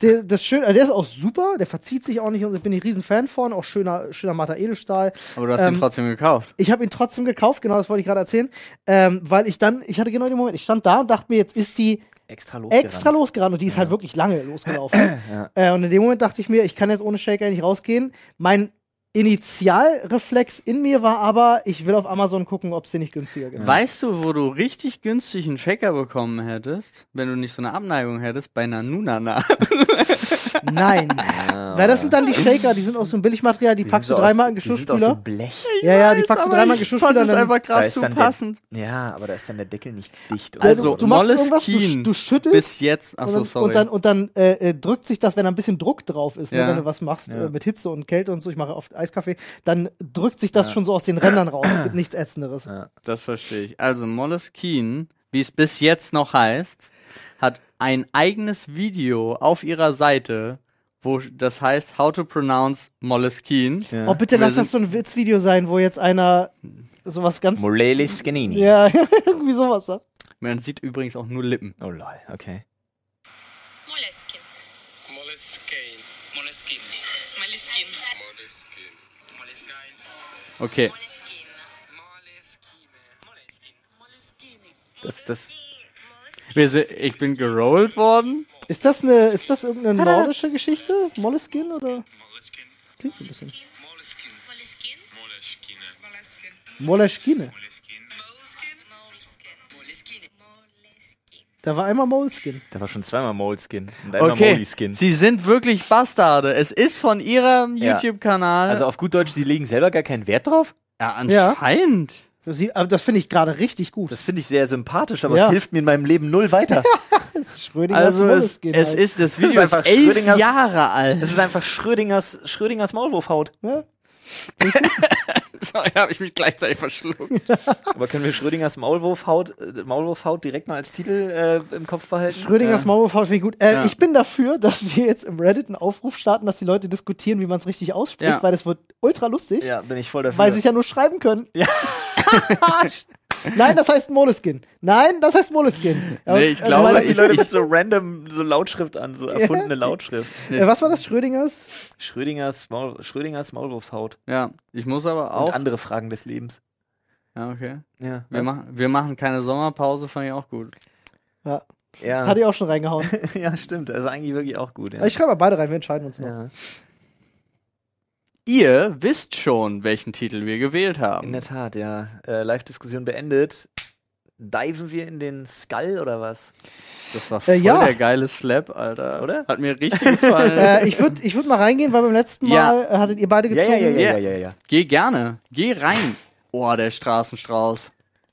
Der, das Schöne, also der ist auch super, der verzieht sich auch nicht und ich bin ein riesen Fan von, auch schöner, schöner matter Edelstahl.
Aber du hast
Ähm,
den trotzdem gekauft.
Ich habe ihn trotzdem gekauft, genau das wollte ich gerade erzählen, ähm, weil ich dann, ich hatte genau den Moment, ich stand da und dachte mir, jetzt ist die
Extra losgerannt.
extra losgerannt und die ist halt wirklich lange losgelaufen. *clears throat* äh, und in dem Moment dachte ich mir, ich kann jetzt ohne Shaker nicht rausgehen. Mein Initialreflex in mir war aber, ich will auf Amazon gucken, ob es den nicht günstiger gibt.
Weißt du, wo du richtig günstig einen Shaker bekommen hättest, wenn du nicht so eine Abneigung hättest? Bei einer Nunana.
Nein.
Ah.
Weil das sind dann die Shaker, die sind aus so einem Billigmaterial, die
Die
packst du
sind so
dreimal
aus-
in
Die sind aus so
Geschirrspüler.
Blech.
Ja, ja, die packst du dreimal in
Ich fand
Geschirrspüler. und
das
dann-
einfach
Da
gerade
ist
zu
dann der-
passend.
Ja, aber da ist dann der Deckel nicht dicht. Oh. oder
Also,
so, oder?
du machst irgendwas, du
Moleskine.
sch- du schüttelst
Bis jetzt. Achso,
und, dann,
sorry.
und dann, und dann äh, äh, drückt sich das, wenn da ein bisschen Druck drauf ist, ne,
Ja.
wenn du was machst
Ja.
äh, mit Hitze und Kälte und so, ich mache oft Eiskaffee, dann drückt sich das schon so aus den Rändern raus. Es gibt nichts Ätzenderes.
ja.
Das verstehe ich. Also Moleskine, wie es bis jetzt noch heißt, hat ein eigenes Video auf ihrer Seite, wo das heißt How to pronounce Moleskine.
Oh, bitte
Wir
lass das so ein Witzvideo sein, wo jetzt einer sowas ganz.
Mulele Scanini.
Ja, *laughs* irgendwie sowas sagt.
Man sieht übrigens auch nur Lippen.
Oh lol, okay.
Moleskine.
Moleskine.
Moleskine. Moleskine.
Moleskine. Moleskine.
Okay.
Moleskine.
Moleskine. Moleskine. Moleskine.
Das, das,
Wir sind, ich bin gerollt worden.
Ist das eine, ist das irgendeine nordische Geschichte? Moleskin oder?
Moleskine.
Das klingt so ein bisschen.
Moleskine.
Moleskine.
Moleskine. Moleskine.
Moleskine.
Moleskine.
Moleskine. Moleskine. Moleskine.
Da war einmal Moleskin.
da war schon zweimal Moleskin und einmal
Okay.
Moleskin.
Sie sind wirklich Bastarde. Es ist von ihrem
Ja.
YouTube-Kanal.
Also auf gut Deutsch, sie legen selber gar keinen Wert drauf?
ja, anscheinend.
Sie, aber das finde ich gerade richtig gut.
Das finde ich sehr sympathisch, aber
Ja.
es hilft mir in meinem Leben null weiter.
ist Schrödinger
*laughs* Also es,
Moleskine
es
halt.
ist, das
ist
Video ist,
einfach
elf
Schrödingers-
Jahre alt.
Es ist einfach Schrödingers, Schrödingers Maulwurfhaut.
Ne?
*laughs* Sorry, habe ich mich gleichzeitig verschluckt.
Aber können wir Schrödingers Maulwurfhaut, äh, Maulwurfhaut direkt mal als Titel äh, im Kopf behalten?
Schrödingers Maulwurf finde ich gut. Äh,
Ja.
Ich bin dafür, dass wir jetzt im Reddit einen Aufruf starten, dass die Leute diskutieren, wie man es richtig ausspricht,
Ja.
weil das wird ultra lustig,
ja, bin ich voll dafür.
weil sie es ja nur schreiben können. *laughs* Nein, das heißt Moleskin. Nein, das heißt Moleskin. Ja,
Nee,
und,
ich
äh,
glaube,
Aber
meine,
Aber
die
ich-
Leute
ich-
mit so random so Lautschrift an,
*laughs*
so erfundene Lautschrift.
äh, was war das? Schrödingers?
Schrödingers, Maul, Schrödingers Maulwurfshaut
Ja, ich muss aber
und
auch.
andere Fragen des Lebens.
Ja, okay.
Ja, also,
Wir, machen, wir machen keine Sommerpause, fand ich auch gut.
Ja,
ja.
das hatte ich auch schon reingehauen.
*laughs* ja, stimmt. Also eigentlich wirklich auch gut. Ja.
Ich schreibe mal beide rein, wir entscheiden uns noch.
ja.
Ihr wisst schon, welchen Titel wir gewählt
In
haben.
der Tat, ja. Äh, Live-Diskussion beendet. Diven wir in den Skull oder was?
Das war voll
ja.
der geile Slap, Alter. Äh, Oder? Hat mir richtig *laughs* gefallen.
Äh, ich würde ich würd mal reingehen, weil beim letzten
Ja.
Mal äh, hattet ihr beide gezogen.
ja, ja, ja, Geh gerne. Geh rein. Oh, der Straßenstrauß.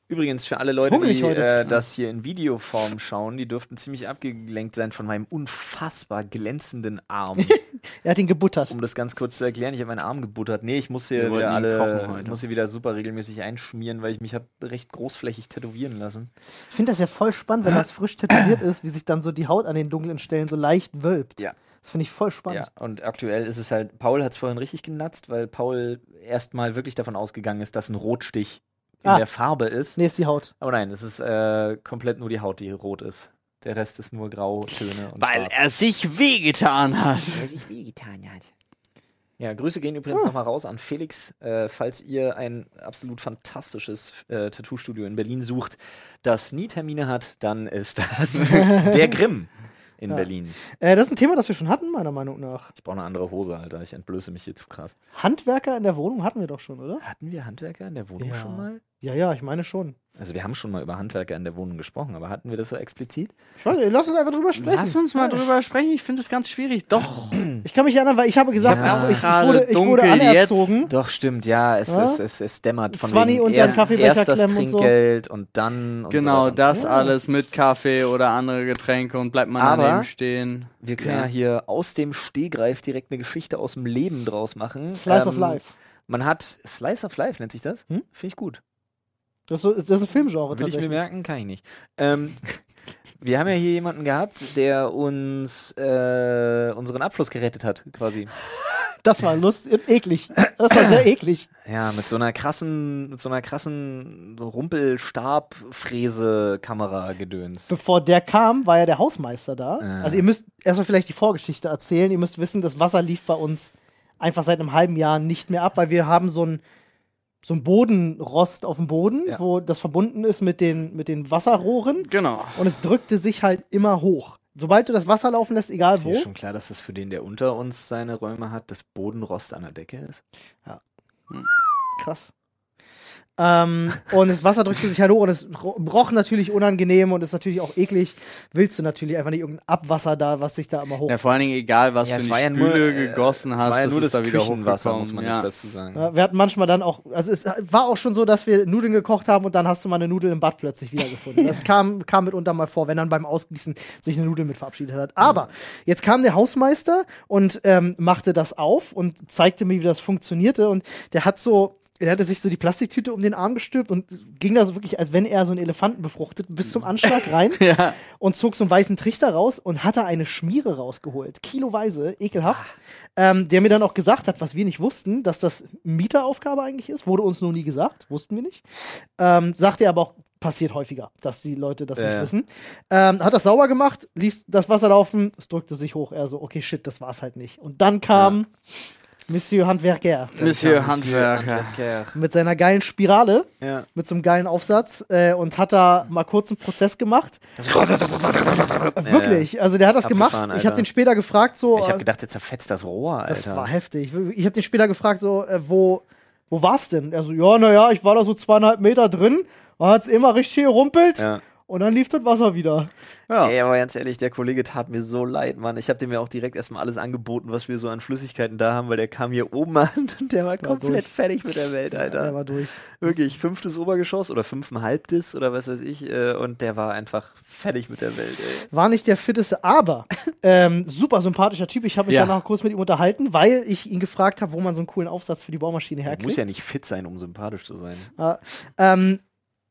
Übrigens für alle Leute,
Hungrig
die
heute.
äh, das hier in Videoform schauen, die dürften ziemlich abgelenkt sein von meinem unfassbar glänzenden
*laughs*
Arm.
Er hat ihn gebuttert.
Mhm.
um das ganz kurz zu erklären, ich habe meinen Arm gebuttert. Nee, ich muss hier
Wir
wieder
wollten ihn kochen
alle,
heute.
ich muss hier wieder super regelmäßig einschmieren, weil ich mich habe recht großflächig tätowieren lassen.
Ich finde das ja voll spannend, wenn das frisch tätowiert ist, wie sich dann so die Haut an den dunklen Stellen so leicht wölbt.
Ja.
Das finde ich voll spannend.
Ja, und aktuell ist es halt, Paul hat es vorhin richtig genatzt, weil Paul erstmal wirklich davon ausgegangen ist, dass ein Rotstich in
Ah.
der Farbe ist.
Nee, ist die Haut.
Aber nein, es ist äh, komplett nur die Haut, die rot ist. Der Rest ist nur grau, schöne und
Weil
schwarz.
er sich wehgetan hat.
Ja, Grüße gehen übrigens nochmal raus an Felix. Äh, falls ihr ein absolut fantastisches äh, Tattoo-Studio in Berlin sucht, das nie Termine hat, dann ist
*laughs*
das der Grimm in Berlin.
Äh, das ist ein Thema, das wir schon hatten, meiner Meinung nach.
Ich brauche eine andere Hose, Alter. Ich entblöße mich hier zu krass.
Handwerker in der Wohnung hatten wir doch schon, oder?
Hatten wir Handwerker in der Wohnung
Ja.
schon mal?
Ja, ja, ich meine schon.
Also wir haben schon mal über Handwerker in der Wohnung gesprochen, aber hatten wir das so explizit?
Ich weiß, nicht, lass uns einfach drüber sprechen.
*laughs* Lass uns mal drüber sprechen. Ich finde das ganz schwierig. Doch.
Ich kann mich erinnern, weil ich habe gesagt,
Ja.
ich, ich,
Gerade
wurde, ich wurde
dunkel jetzt.
anerzogen.
Doch, stimmt, ja. Es,
Hm? Ja?
Es, es, es dämmert von
Zwanni
wegen
unter den
erst,
Kaffeebecher
erst das
klemmen und so.
Trinkgeld und dann und so
Genau,
weiter und
das
so.
alles mit Kaffee oder andere Getränke und bleibt man
Aber-
daneben stehen.
Wir können ja.
Ja.
hier aus dem Stehgreif direkt eine Geschichte aus dem Leben draus machen.
Slice of
Ähm,
Life.
Man hat Slice of Life nennt sich das.
Hm?
Finde ich gut.
Das ist, so- das ist ein Filmgenre
Will ich mir
tatsächlich.
merken, kann ich nicht. Ähm, *laughs* wir haben ja hier jemanden gehabt, der uns äh, unseren Abfluss gerettet hat, quasi.
Das war lustig, eklig. Das war sehr eklig.
Ja, mit so einer krassen, mit so einer krassen Rumpelstabfräse-Kamera gedöns.
Bevor der kam, war ja der Hausmeister da.
Ah.
Also ihr müsst erstmal vielleicht die Vorgeschichte erzählen. Ihr müsst wissen, das Wasser lief bei uns einfach seit einem halben Jahr nicht mehr ab, weil wir haben so ein so ein Bodenrost auf dem Boden,
Ja.
wo das verbunden ist mit den, mit den Wasserrohren
Genau.
und es drückte sich halt immer hoch. Sobald du das Wasser laufen lässt, egal
Ist
wo,
dir schon klar, dass das für den, der unter uns seine Räume hat, das Bodenrost an der Decke ist?
Krass. Ähm, und das Wasser drückte sich halt hoch und es ro- roch natürlich unangenehm und ist natürlich auch eklig. Willst du natürlich einfach nicht irgendein Abwasser da, was sich da immer
Oh.
hoch.
Ja, vor allen Dingen egal, was du in die Spüle
äh,
gegossen hast,
es war ja
das
nur
ist
das
da wieder
Küchenwasser,
hochgekommen.
muss man
ja.
jetzt
*laughs*
dazu sagen.
Ja, Wir hatten manchmal dann auch, also es war auch schon so, dass wir Nudeln gekocht haben und dann hast du mal eine Nudel im Bad plötzlich wiedergefunden. Das kam, kam mitunter mal vor, wenn dann beim Ausgießen sich eine Nudel mit verabschiedet hat. Aber jetzt kam der Hausmeister und ähm, machte das auf und zeigte mir, wie das funktionierte und der hat so. Er hatte sich so die Plastiktüte um den Arm gestülpt und ging da so wirklich, als wenn er so einen Elefanten befruchtet, bis zum Anschlag rein
Ja.
und zog so einen weißen Trichter raus und hatte eine Schmiere rausgeholt. Kiloweise, ekelhaft. Ähm, der mir dann auch gesagt hat, was wir nicht wussten, dass das Mieteraufgabe eigentlich ist. Wurde uns nur nie gesagt, wussten wir nicht. Ähm, sagte er aber auch, passiert häufiger, dass die Leute das
Ja,
nicht
ja.
wissen. Ähm, hat das sauber gemacht, ließ das Wasser laufen, es drückte sich hoch. Er so, okay, shit, das war's halt nicht. Und dann kam Monsieur Handwerker
Monsieur Handwerker.
mit seiner geilen Spirale,
Ja.
mit so einem geilen Aufsatz äh, und hat da mal kurz einen Prozess gemacht. Wirklich, also der hat das gemacht.
Abgefahren,
Ich habe
Alter.
den später gefragt, so.
Ich
äh,
habe gedacht, der zerfetzt das Rohr, Alter.
das war heftig. Ich habe den Spieler gefragt, so, äh, wo, wo war's denn? Er so, ja, naja, ich war da so zweieinhalb Meter drin, hat's immer richtig gerumpelt
Ja.
und dann lief das Wasser wieder.
Ja.
Ey, aber ganz ehrlich, der Kollege tat mir so leid, Mann. Ich habe dem ja auch direkt erstmal alles angeboten, was wir so an Flüssigkeiten da haben, weil der kam hier oben an und der war komplett
durch.
fertig mit der Welt, Alter.
Der war durch.
Wirklich, fünftes Obergeschoss oder fünfeinhalbtes oder was weiß ich. Äh, und der war einfach fertig mit der Welt, ey.
War nicht der fitteste, aber ähm, super sympathischer Typ. Ich habe mich
Ja.
danach kurz mit ihm unterhalten, weil ich ihn gefragt habe, wo man so einen coolen Aufsatz für die Baumaschine herkriegt.
Muss ja nicht fit sein, um sympathisch zu sein.
Ja. Ähm,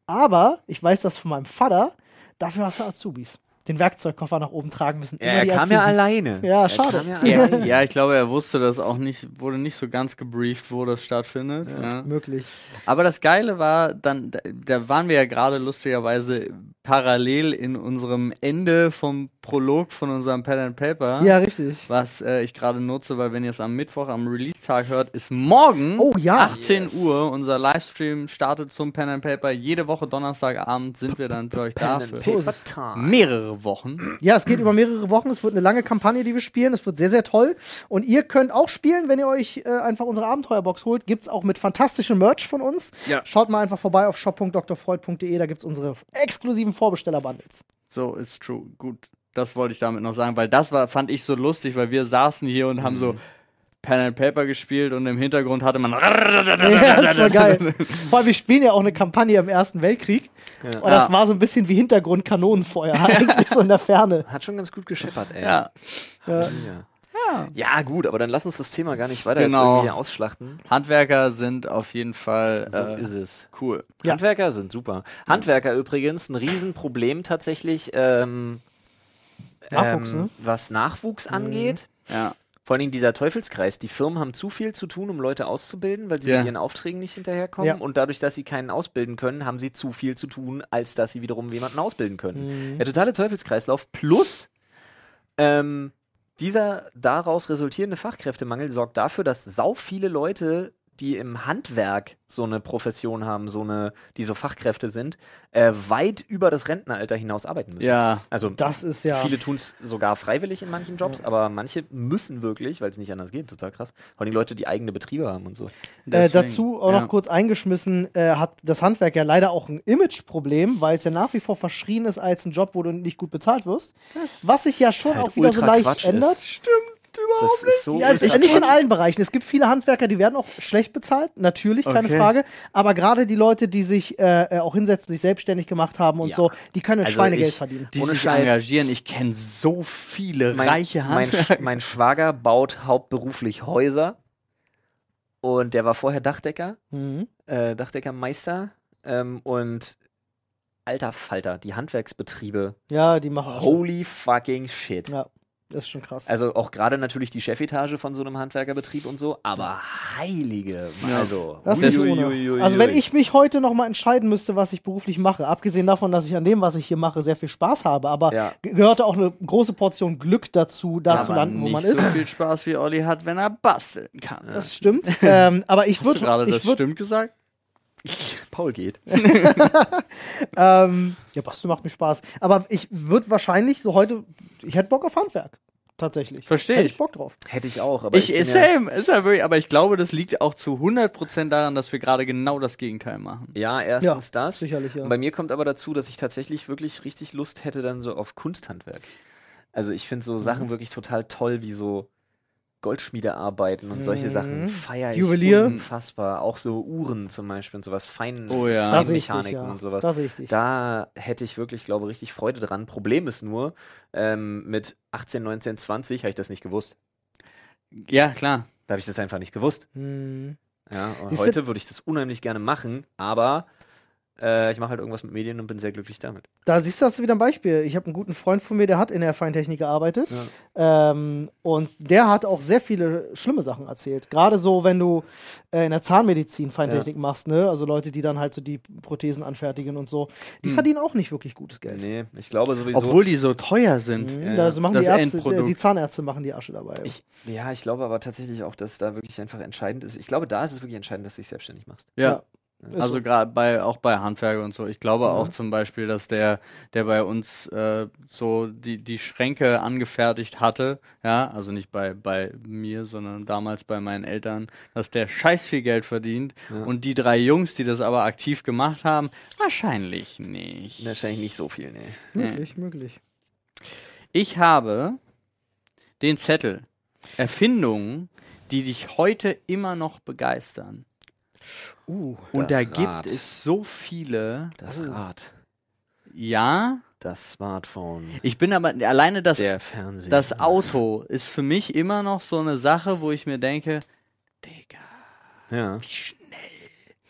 aber ich weiß das von meinem Vater, dafür hast du Azubis. Den Werkzeugkoffer nach oben tragen müssen.
Ja,
Immer
er
die
kam ja
Azubis.
alleine.
Ja,
er
schade.
Kam ja alleine.
Ja. ja, ich glaube, er wusste das auch nicht, wurde nicht so ganz gebrieft, wo das stattfindet. Ja.
Möglich.
Aber das Geile war, dann, da- da waren wir ja gerade lustigerweise parallel in unserem Ende vom Prolog von unserem Pen and Paper.
Ja, richtig.
Was äh, ich gerade nutze, weil wenn ihr es am Mittwoch am Release-Tag hört, ist morgen
Oh ja.
18
Yes.
Uhr. Unser Livestream startet zum Pen and Paper. Jede Woche Donnerstagabend sind wir dann für euch da
So
für
ist es.
Hm. mehrere Wochen.
Ja, es geht über mehrere Wochen. Es wird eine lange Kampagne, die wir spielen. Es wird sehr, sehr toll. Und ihr könnt auch spielen, wenn ihr euch äh, einfach unsere Abenteuerbox holt. Gibt's auch mit fantastischem Merch von uns.
Ja.
Schaut mal einfach vorbei auf shop.drfreud.de. Da gibt's unsere exklusiven Vorbestellerbundles.
So ist true. Gut, das wollte ich damit noch sagen, weil das war, fand ich so lustig, weil wir saßen hier und haben so. Pen and Paper gespielt und im Hintergrund hatte man.
Ja, das war geil. Vor allem, wir spielen ja auch eine Kampagne im Ersten Weltkrieg. Und das
Ja.
war so ein bisschen wie Hintergrundkanonenfeuer, eigentlich so in der Ferne.
Hat schon ganz gut gescheppert, ey.
*laughs* Ja,
Ja.
Ja, gut, aber dann lass uns das Thema gar nicht weiter jetzt
Genau.
irgendwie hier ausschlachten.
Handwerker sind auf jeden Fall
So
äh,
ist es.
cool.
Ja.
Handwerker sind super. Handwerker übrigens ein Riesenproblem tatsächlich, ähm,
Nachwuchs,
ähm,
ne?
was Nachwuchs angeht.
Ja.
Vor allen Dingen dieser Teufelskreis. Die Firmen haben zu viel zu tun, um Leute auszubilden, weil sie
Ja.
mit ihren Aufträgen nicht hinterherkommen.
Ja.
Und dadurch, dass sie keinen ausbilden können, haben sie zu viel zu tun, als dass sie wiederum jemanden ausbilden können.
Mhm.
Der totale Teufelskreislauf plus ähm, dieser daraus resultierende Fachkräftemangel sorgt dafür, dass sau viele Leute, die im Handwerk so eine Profession haben, so eine, die so Fachkräfte sind, äh, weit über das Rentenalter hinaus arbeiten müssen.
Ja.
Also
Das ist ja.
Viele tun es sogar freiwillig in manchen Jobs, aber manche müssen wirklich, weil es nicht anders geht. Total krass. Vor allem die Leute, die eigene Betriebe haben und so.
Äh,
Deswegen,
dazu auch
ja.
noch kurz eingeschmissen, äh, hat das Handwerk ja leider auch ein Imageproblem, weil es ja nach wie vor verschrien ist als ein Job, wo du nicht gut bezahlt wirst. Was sich ja schon
halt
auch wieder so
ultra
leicht
Quatsch ist.
ändert.
Das ist so.
Ja, es
ultra-
ist nicht in allen Bereichen. Es gibt viele Handwerker, die werden auch schlecht bezahlt, natürlich, keine
Okay.
Frage. Aber gerade die Leute, die sich äh, äh, auch hinsetzen, sich selbstständig gemacht haben und
Ja.
so, die können
Also
Schweinegeld
ich-
verdienen.
die
Ohne
sich
Scheiß.
engagieren. Ich kenne so viele
mein,
reiche
mein,
Handwerker.
Sch- mein Schwager baut hauptberuflich Häuser und der war vorher Dachdecker,
Mhm.
äh, Dachdeckermeister ähm, und alter Falter, die Handwerksbetriebe.
Ja, die machen auch schon.
Holy fucking shit.
Ja, das ist schon krass.
Also auch gerade natürlich die Chefetage von so einem Handwerkerbetrieb und so, aber heilige,
Ja.
also
Das
Ui,
ist
ui,
nicht ohne.
ui, ui,
also wenn
ui.
ich mich heute nochmal entscheiden müsste, was ich beruflich mache, abgesehen davon, dass ich an dem, was ich hier mache, sehr viel Spaß habe, aber
Ja.
ge- gehörte auch eine große Portion Glück dazu, da zu
Aber
landen, wo
nicht
man
so
ist.
viel Spaß wie Olli hat, wenn er basteln kann.
Das stimmt. ähm, aber ich
Hast du
würde
gerade das
ich würd,
stimmt gesagt?
Paul geht.
ähm, ja, Bastel macht mir Spaß. Aber ich würde wahrscheinlich so heute, ich hätte Bock auf Handwerk. Tatsächlich.
Versteh
Hätte ich
ich.
Bock drauf.
Hätte ich auch, aber
Ich,
ich, bin ja,
same, ist ja wirklich, aber ich glaube, das liegt auch zu 100% daran, dass wir gerade genau das Gegenteil machen.
ja erstens
Ja,
das.
sicherlich, ja.
Und bei mir kommt aber dazu, dass ich tatsächlich wirklich richtig Lust hätte dann so auf Kunsthandwerk. Also ich finde
Mhm.
so Sachen wirklich total toll, wie so Goldschmiedearbeiten und solche
Mhm.
Sachen feier ich
Juwelier.
unfassbar. Auch so Uhren zum Beispiel und sowas, fein,
Oh ja.
Da
Das
sehe ich dich,
Feinmechaniken
ja.
und sowas.
Da sehe ich dich.
Da hätte ich wirklich, glaube richtig Freude dran. Problem ist nur, ähm, mit 18, 19, 20 habe ich das nicht gewusst.
Ja, klar.
Da habe ich das einfach nicht gewusst.
Hm.
Ja, und
Ist
heute würde ich das unheimlich gerne machen, aber äh, ich mache halt irgendwas mit Medien und bin sehr glücklich damit.
Da siehst du, hast du wieder ein Beispiel. Ich habe einen guten Freund von mir, der hat in der Feintechnik gearbeitet. Ähm, und der hat auch sehr viele schlimme Sachen erzählt. Gerade so, wenn du äh, in der Zahnmedizin Feintechnik machst, ne? Also Leute, die dann halt so die Prothesen anfertigen und so, die
Hm.
verdienen auch nicht wirklich gutes Geld.
Nee, ich glaube sowieso.
Obwohl die so teuer sind. äh,
Mhm,
Ja,
da-
ja.
also machen
Das
die Ärzte,
Endprodukt.
die Zahnärzte machen die Asche dabei.
ich, ja, ich glaube aber tatsächlich auch, dass da wirklich einfach entscheidend ist. Ich glaube, da ist es wirklich entscheidend, dass du dich selbstständig machst.
Ja.
Ist
Also
so. Mhm.
gerade bei auch bei Handwerker und so. Ich glaube auch zum Beispiel, dass der, der bei uns äh, so die, die Schränke angefertigt hatte, ja, also nicht bei, bei mir, sondern damals bei meinen Eltern, dass der scheiß viel Geld verdient und die drei Jungs, die das aber aktiv gemacht haben, wahrscheinlich nicht.
Wahrscheinlich nicht so viel, nee.
möglich, möglich.
Ich habe den Zettel Erfindungen, die dich heute immer noch begeistern.
Uh,
Und
Das
da gibt
Rad.
es Oh. so viele.
Das Rad,
Ja,
das Smartphone,
Ich bin aber alleine das,
der Fernseher.
das Auto ist für mich immer noch so eine Sache, wo ich mir denke, Digga,
ja. Wie schnell.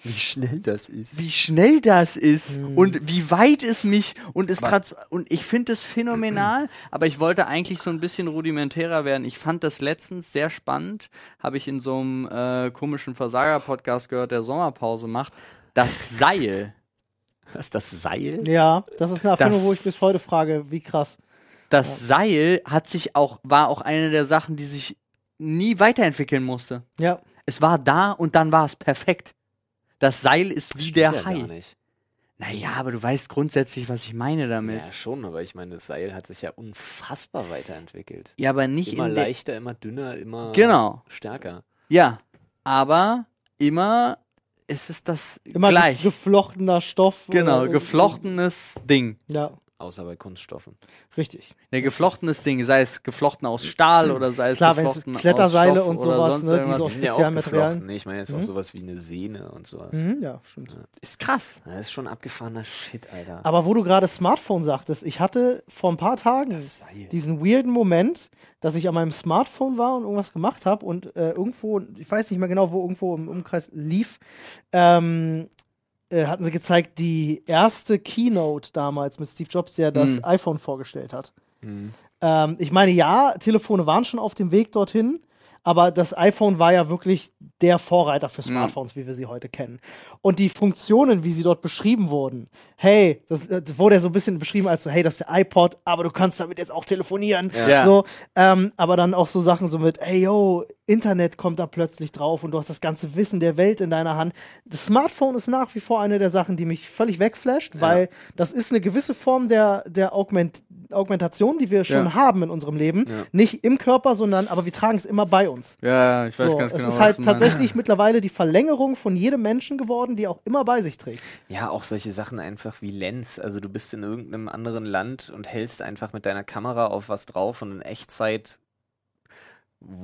Wie schnell das ist. Hm.
wie schnell das ist und wie weit es mich und es trans und ich finde es
*clears throat*
phänomenal, aber ich wollte eigentlich so ein bisschen rudimentärer werden. Ich fand das letztens sehr spannend, habe ich in so einem äh, komischen Versager Podcast gehört, der Sommerpause macht, das Seil.
Was, das Seil?
ja, das ist eine Erfindung,
Das-
wo ich bis heute frage, wie krass.
Das Seil hat sich auch war auch eine der Sachen, die sich nie weiterentwickeln musste.
Ja,
Es war da und dann war es perfekt. Das Seil ist wie
Steht ja
der
gar
Hai.
nicht.
Naja, aber du weißt grundsätzlich, was ich meine damit.
Ja, schon, aber ich meine, das Seil hat sich ja unfassbar weiterentwickelt.
Ja, aber nicht
Immer
in der.
leichter, immer dünner, immer
Genau.
stärker.
Ja, aber immer ist es das
immer
gleich.
gef- geflochtener Stoff.
genau,
oder-
geflochtenes Ding.
Ja,
Außer bei Kunststoffen.
Richtig.
Ne, geflochtenes Ding, sei es geflochten aus Stahl oder sei es
Klar, wenn's
geflochten
Kletterseile
aus Stoff
und
oder
sowas,
sonst
ne, die
irgendwas.
so-
Die sind ja auch
Spezialmaterialien.
geflochten. ne? Ich meine jetzt auch sowas wie eine Sehne und sowas.
Mhm, ja, stimmt.
Ist krass.
Ja, Das ist schon abgefahrener Shit, Alter.
Aber wo du gerade Smartphone sagtest, ich hatte vor ein paar Tagen
Seil.
diesen weirden Moment, dass ich an meinem Smartphone war und irgendwas gemacht habe und äh, irgendwo, ich weiß nicht mehr genau, wo irgendwo im Umkreis lief, ähm, äh, hatten sie gezeigt, die erste Keynote damals mit Steve Jobs, der das
Mhm.
iPhone vorgestellt hat.
Mhm.
Ähm, ich meine, ja, Telefone waren schon auf dem Weg dorthin, aber das iPhone war ja wirklich der Vorreiter für Smartphones, wie wir sie heute kennen. Und die Funktionen, wie sie dort beschrieben wurden, hey, das, äh, wurde ja so ein bisschen beschrieben als so, hey, das ist der iPod, aber du kannst damit jetzt auch telefonieren.
Ja.
So, ähm, aber dann auch so Sachen so mit, ey yo, Internet kommt da plötzlich drauf und du hast das ganze Wissen der Welt in deiner Hand. Das Smartphone ist nach wie vor eine der Sachen, die mich völlig wegflasht, weil das ist eine gewisse Form der, der Augment Augmentation, die wir schon
Ja.
haben in unserem Leben. Nicht im Körper, sondern, aber wir tragen es immer bei uns.
Ja, ich weiß
So,
ganz
es
genau.
ist
was
halt
du meinst.
tatsächlich mittlerweile die Verlängerung von jedem Menschen geworden, die auch immer bei sich trägt.
Ja, auch solche Sachen einfach wie Lens. Also du bist in irgendeinem anderen Land und hältst einfach mit deiner Kamera auf was drauf und in Echtzeit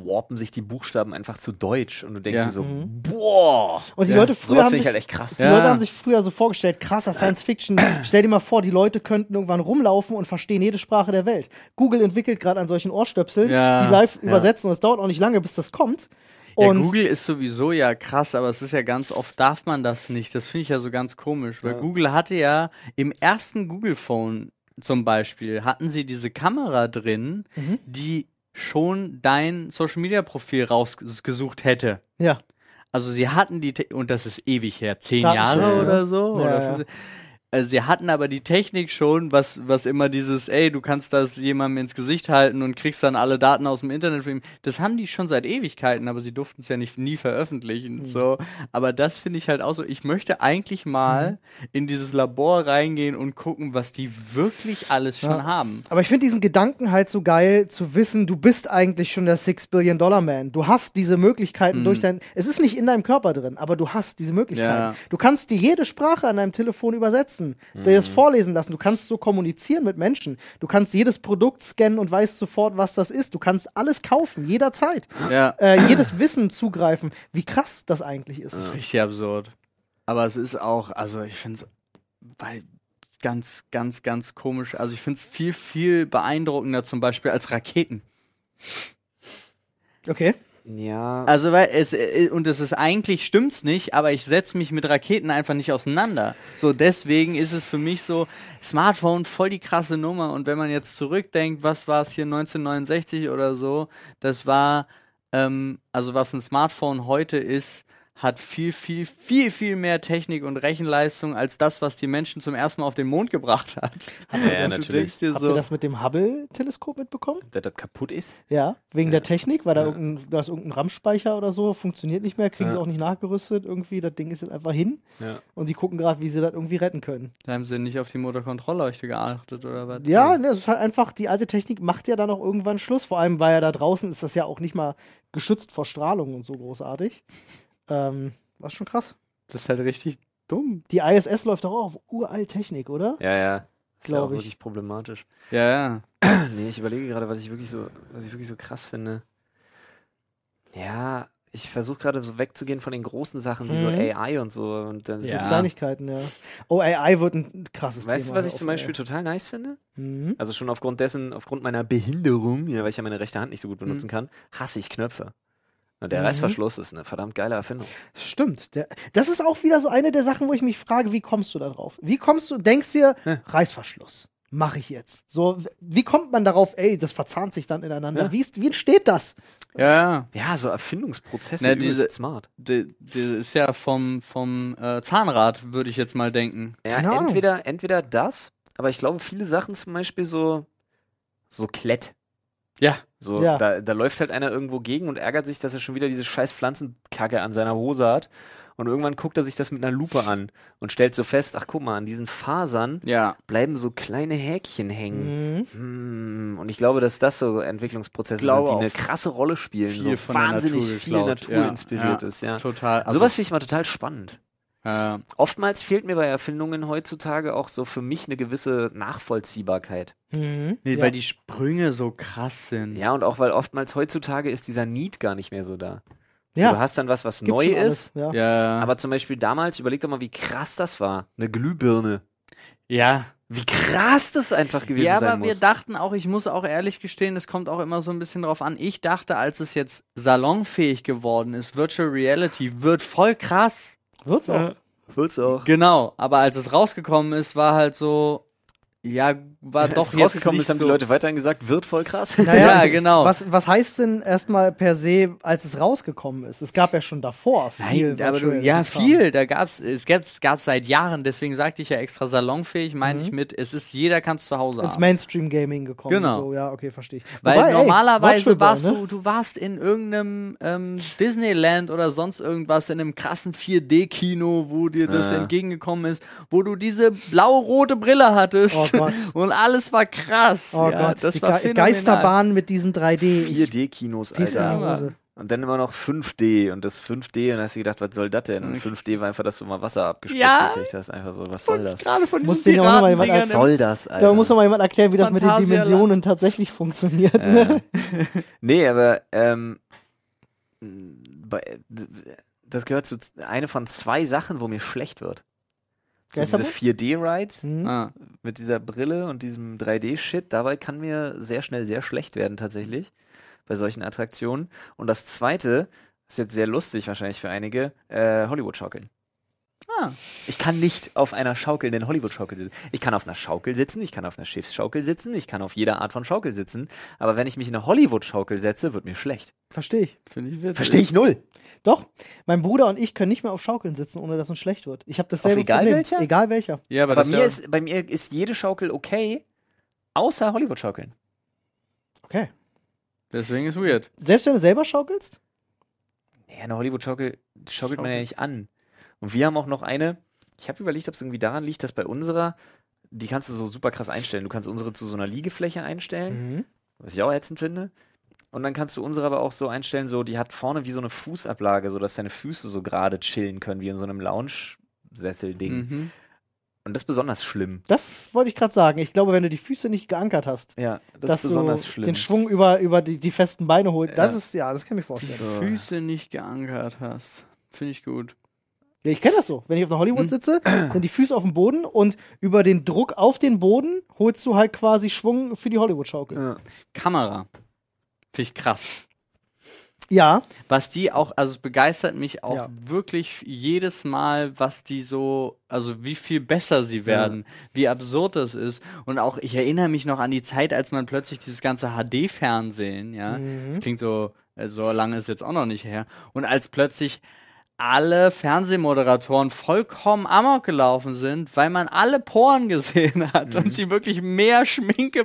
warpen sich die Buchstaben einfach zu Deutsch und du denkst
Ja.
dir so,
Mhm.
boah,
Und die
Ja,
Leute früher
sowas
haben
finde ich
sich,
halt echt krass.
Die
Ja.
Leute haben sich früher so vorgestellt, krasser Science Fiction. Stell dir mal vor, die Leute könnten irgendwann rumlaufen und verstehen jede Sprache der Welt. Google entwickelt gerade an solchen Ohrstöpseln,
Ja,
die live
ja.
übersetzen und es dauert auch nicht lange, bis das kommt.
Ja,
Und
Google ist sowieso ja krass, aber es ist ja ganz oft, darf man das nicht. Das finde ich ja so ganz komisch, weil
Ja.
Google hatte ja im ersten Google Phone zum Beispiel, hatten sie diese Kamera drin, die schon dein Social Media Profil rausgesucht hätte.
ja,
Also sie hatten die, Te- und das ist ewig her, zehn
Datenschutz,
Jahre
ja.
oder so.
Ja,
oder
ja.
15. Also sie hatten aber die Technik schon, was, was immer dieses, ey, du kannst das jemandem ins Gesicht halten und kriegst dann alle Daten aus dem Internet für ihn. Das haben die schon seit Ewigkeiten, aber sie durften es ja nicht nie
Mhm.
veröffentlichen. So. Aber das finde ich halt auch so, ich möchte eigentlich mal
Mhm.
in dieses Labor reingehen und gucken, was die wirklich alles schon
Ja.
haben.
Aber ich finde diesen Gedanken halt so geil, zu wissen, du bist eigentlich schon der Six Billion Dollar Man. Du hast diese
Mhm.
Möglichkeiten durch dein. Es ist nicht in deinem Körper drin, aber du hast diese Möglichkeiten.
Ja.
Du kannst dir jede Sprache an deinem Telefon übersetzen, dir
Mhm.
das vorlesen lassen. Du kannst so kommunizieren mit Menschen. Du kannst jedes Produkt scannen und weißt sofort, was das ist. Du kannst alles kaufen,
*clears throat*
jederzeit.
Ja.
Äh, jedes Wissen zugreifen. Wie krass das eigentlich ist.
Das ist richtig absurd. Aber es ist auch, also ich finde es ganz, ganz, ganz komisch. Also ich finde es viel, viel beeindruckender zum Beispiel als Raketen.
Okay.
Ja,
Also weil es, äh, und es ist eigentlich stimmt's nicht, aber ich setze mich mit Raketen einfach nicht auseinander. So deswegen ist es für mich so, Smartphone voll die krasse Nummer. Und wenn man jetzt zurückdenkt, was war es hier 1969 oder so, das war, ähm, also was ein Smartphone heute ist, hat viel, viel, viel, viel mehr Technik und Rechenleistung als das, was die Menschen zum ersten Mal auf den Mond gebracht *laughs* hat.
ja,
Also
natürlich.
Du denkst dir
Habt
so,
ihr das mit dem Hubble-Teleskop mitbekommen?
Dass das kaputt ist?
Ja, wegen der Technik, weil da, irgendein, da ist irgendein RAM-Speicher oder so, funktioniert nicht mehr, kriegen sie auch nicht nachgerüstet irgendwie. Das Ding ist jetzt einfach hin
Ja.
und die gucken gerade, wie sie das irgendwie retten können.
da haben sie nicht auf die Motorkontrollleuchte geachtet oder was?
Ja, ne, es ist halt einfach, die alte Technik macht ja dann auch irgendwann Schluss. Vor allem, weil ja da draußen ist das ja auch nicht mal geschützt vor Strahlung und so großartig. Ähm, war schon krass.
Das ist halt richtig dumm.
Die ISS läuft doch auch auf uralt Technik, oder?
Ja, ja. Ist ja auch
Glaub ich.
wirklich problematisch. *clears throat*
Ja, ja.
Nee, ich überlege gerade, was ich wirklich so, was ich wirklich so krass finde. Ja, ich versuche gerade so wegzugehen von den großen Sachen wie so
Mhm.
AI und so. Und dann
Ja.
Kleinigkeiten, ja. Oh, AI wird ein krasses
Weißt du,
Thema.
was ich zum
auf-
Beispiel total nice finde?
Mhm.
Also schon aufgrund dessen, aufgrund meiner Behinderung, ja, weil ich ja meine rechte Hand nicht so gut benutzen kann, hasse ich Knöpfe. Und der
Mhm.
Reißverschluss ist eine verdammt geile Erfindung.
Stimmt. Der, das ist auch wieder so eine der Sachen, wo ich mich frage, wie kommst du da drauf? Wie kommst du, denkst dir,
Ja.
Reißverschluss, mache ich jetzt. So, w- wie kommt man darauf, ey, das verzahnt sich dann ineinander?
Ja.
Wie, ist, wie entsteht das?
Ja, ja.
Ja, so Erfindungsprozesse
Na,
übelst
diese-
smart.
Das ist ja vom, vom äh, Zahnrad, würde ich jetzt mal denken.
Ja,
Keine Ahnung.
entweder, entweder das, aber ich glaube, viele Sachen zum Beispiel so, so Klett.
Ja.
So,
Ja.
da, da läuft halt einer irgendwo gegen und ärgert sich, dass er schon wieder diese scheiß Pflanzenkacke an seiner Hose hat. Und irgendwann guckt er sich das mit einer Lupe an und stellt so fest, ach guck mal, an diesen Fasern
Ja.
bleiben so kleine Häkchen hängen.
Mhm.
Hm, Und ich glaube, dass das so Entwicklungsprozesse sind,
Glaube
die
auch.
eine krasse Rolle spielen,
Viel
so
von der
wahnsinnig
Natur
viel
geklaut.
Natur
Ja,
inspiriert
ja.
ist, ja.
Total. also,
Sowas finde ich mal total spannend.
Äh,
Oftmals fehlt mir bei Erfindungen heutzutage auch so für mich eine gewisse Nachvollziehbarkeit.
Mhm.
nee,
ja.
Weil die Sprünge so krass sind.
Ja, und auch weil oftmals heutzutage ist dieser Need gar nicht mehr so da.
ja.
Du hast dann was, was
Gibt
neu
schon alles,
ist.
Ja.
Ja.
Aber zum Beispiel damals, überleg doch mal, wie krass das war. Eine Glühbirne.
ja.
Wie krass das einfach gewesen
Ja,
sein
aber wir
muss.
dachten auch, ich muss auch ehrlich gestehen, es kommt auch immer so ein bisschen drauf an. Ich dachte, als es jetzt salonfähig geworden ist, Virtual Reality wird voll krass.
Wird's auch.
Wird's auch.
Genau, aber als es rausgekommen ist, war halt so, ja, *laughs* war
Als
doch
es
jetzt
rausgekommen
nicht
ist, haben
so.
die Leute weiterhin gesagt, wird voll krass.
*laughs* Ja, genau.
Was, was heißt denn erstmal per se, als es rausgekommen ist? Es gab ja schon davor viel.
Nein, aber du,
Virtual
ja,
Kram.
viel. Da gab's, es gab's, gab's seit Jahren, deswegen sagte ich ja extra salonfähig, meine ich mit, es ist, jeder kann es zu Hause
Mhm. Ins
haben.
Mainstream-Gaming gekommen.
Genau.
So, ja, okay, verstehe ich.
Weil
Wobei, ey,
normalerweise
Virtual Boy,
warst
ne?
du, du warst in irgendeinem ähm, Disneyland oder sonst irgendwas in einem krassen 4D-Kino, wo dir das
Ja.
entgegengekommen ist, wo du diese blau-rote Brille hattest
Oh Gott.
*laughs* und alles war krass.
Oh
ja,
Gott,
das
die
war
Ge
phänomenal.
Geisterbahn mit diesem 3D. Ich
4D-Kinos,
piss in die
Alter.
Ja.
Hose.
Und dann immer noch 5D und das 5D und dann hast du gedacht, was soll das denn? Und 5D war einfach, dass du mal Wasser abgespritzt
Ja.
gekriegt hast. Einfach so, was soll
Und
das?
Gerade von
Muss
diesen
denen auch noch mal was
Piratendingern
Was soll das, Alter?
Da muss doch mal jemand erklären, wie das mit den
Phantasialand.
Dimensionen tatsächlich funktioniert.
Äh, *laughs*
Ne?
nee, aber ähm, bei, das gehört zu z- eine von zwei Sachen, wo mir schlecht wird. So diese
Geisterbahn?
4D-Rides
Hm?
Ah,
mit dieser Brille und diesem 3D-Shit, dabei kann mir sehr schnell sehr schlecht werden tatsächlich bei solchen Attraktionen. Und das Zweite ist jetzt sehr lustig wahrscheinlich für einige, äh, Hollywood-Schaukeln.
Ah.
Ich kann nicht auf einer Schaukel, denn Hollywood-Schaukel sitzen. Ich kann auf einer Schaukel sitzen, ich kann auf einer Schiffsschaukel sitzen, ich kann auf jeder Art von Schaukel sitzen. Aber wenn ich mich in eine Hollywood-Schaukel setze, wird mir schlecht.
Verstehe ich.
Finde ich witzig.
Verstehe ich null.
Doch, mein Bruder und ich können nicht mehr auf Schaukeln sitzen, ohne dass uns schlecht wird. Ich habe dasselbe
egal
Problem.
welcher?
Egal welcher.
Ja, aber
Bei
das
mir,
ja,
ist, bei mir ist jede Schaukel okay, außer Hollywood-Schaukeln.
Okay.
deswegen ist weird.
Selbst wenn du selber schaukelst?
Ja, eine Hollywood-Schaukel schaukelt man ja
Schaukel.
nicht an. Und wir haben auch noch eine. Ich habe überlegt, ob es irgendwie daran liegt, dass bei unserer, die kannst du so super krass einstellen. Du kannst unsere zu so einer Liegefläche einstellen.
Mhm.
was ich auch ätzend finde. Und dann kannst du unsere aber auch so einstellen, so die hat vorne wie so eine Fußablage, sodass deine Füße so gerade chillen können, wie in so einem Lounge-Sessel-Ding.
Mhm.
Und das ist besonders schlimm.
Das wollte ich gerade sagen. Ich glaube, wenn du die Füße nicht geankert hast,
Ja,
dass
das ist besonders
du
schlimm.
den Schwung über, über die, die festen Beine holt, das
Ja.
ist, ja, das kann ich mir
Die
vorstellen.
So.
Füße nicht geankert hast. Finde ich gut.
Ja, ich kenne das so. Wenn ich auf einer
Mhm.
Hollywood sitze, sind die Füße auf dem Boden und über den Druck auf den Boden holst du halt quasi Schwung für die Hollywood-Schaukel.
Kamera. Finde ich krass.
Ja,
was die auch, also es begeistert mich auch
Ja.
wirklich jedes Mal, was die so, also wie viel besser sie werden, wie absurd das ist. Und auch, ich erinnere mich noch an die Zeit, als man plötzlich dieses ganze HD-Fernsehen, ja,
Mhm.
das klingt so, äh, so lange ist jetzt auch noch nicht her, und als plötzlich alle Fernsehmoderatoren vollkommen amok gelaufen sind, weil man alle Poren gesehen hat
Mhm.
und sie wirklich mehr Schminke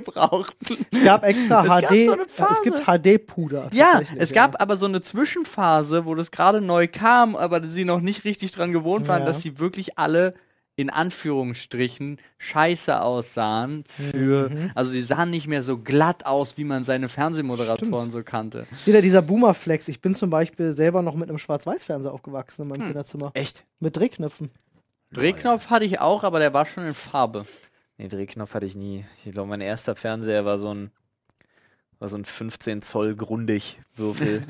*laughs*
brauchten.
es gab extra
Es gab
HD.
so eine
ja, es gibt HD-Puder.
Ja,
tatsächlich,
es gab aber so eine Zwischenphase, wo das gerade neu kam, aber sie noch nicht richtig dran gewohnt waren,
Ja.
dass sie wirklich alle in Anführungsstrichen scheiße aussahen für
Mhm.
also sie sahen nicht mehr so glatt aus, wie man seine Fernsehmoderatoren so kannte.
Ist wieder dieser Boomer-Flex. Ich bin zum Beispiel selber noch mit einem Schwarz-Weiß-Fernseher aufgewachsen in meinem
Hm.
Kinderzimmer.
Echt?
Mit Drehknöpfen.
Genau, Drehknopf hatte ich auch, aber der war schon in Farbe.
Nee, Drehknopf hatte ich nie. Ich glaube, mein erster Fernseher war so ein, war so ein 15 Zoll grundig
*laughs*
Würfel.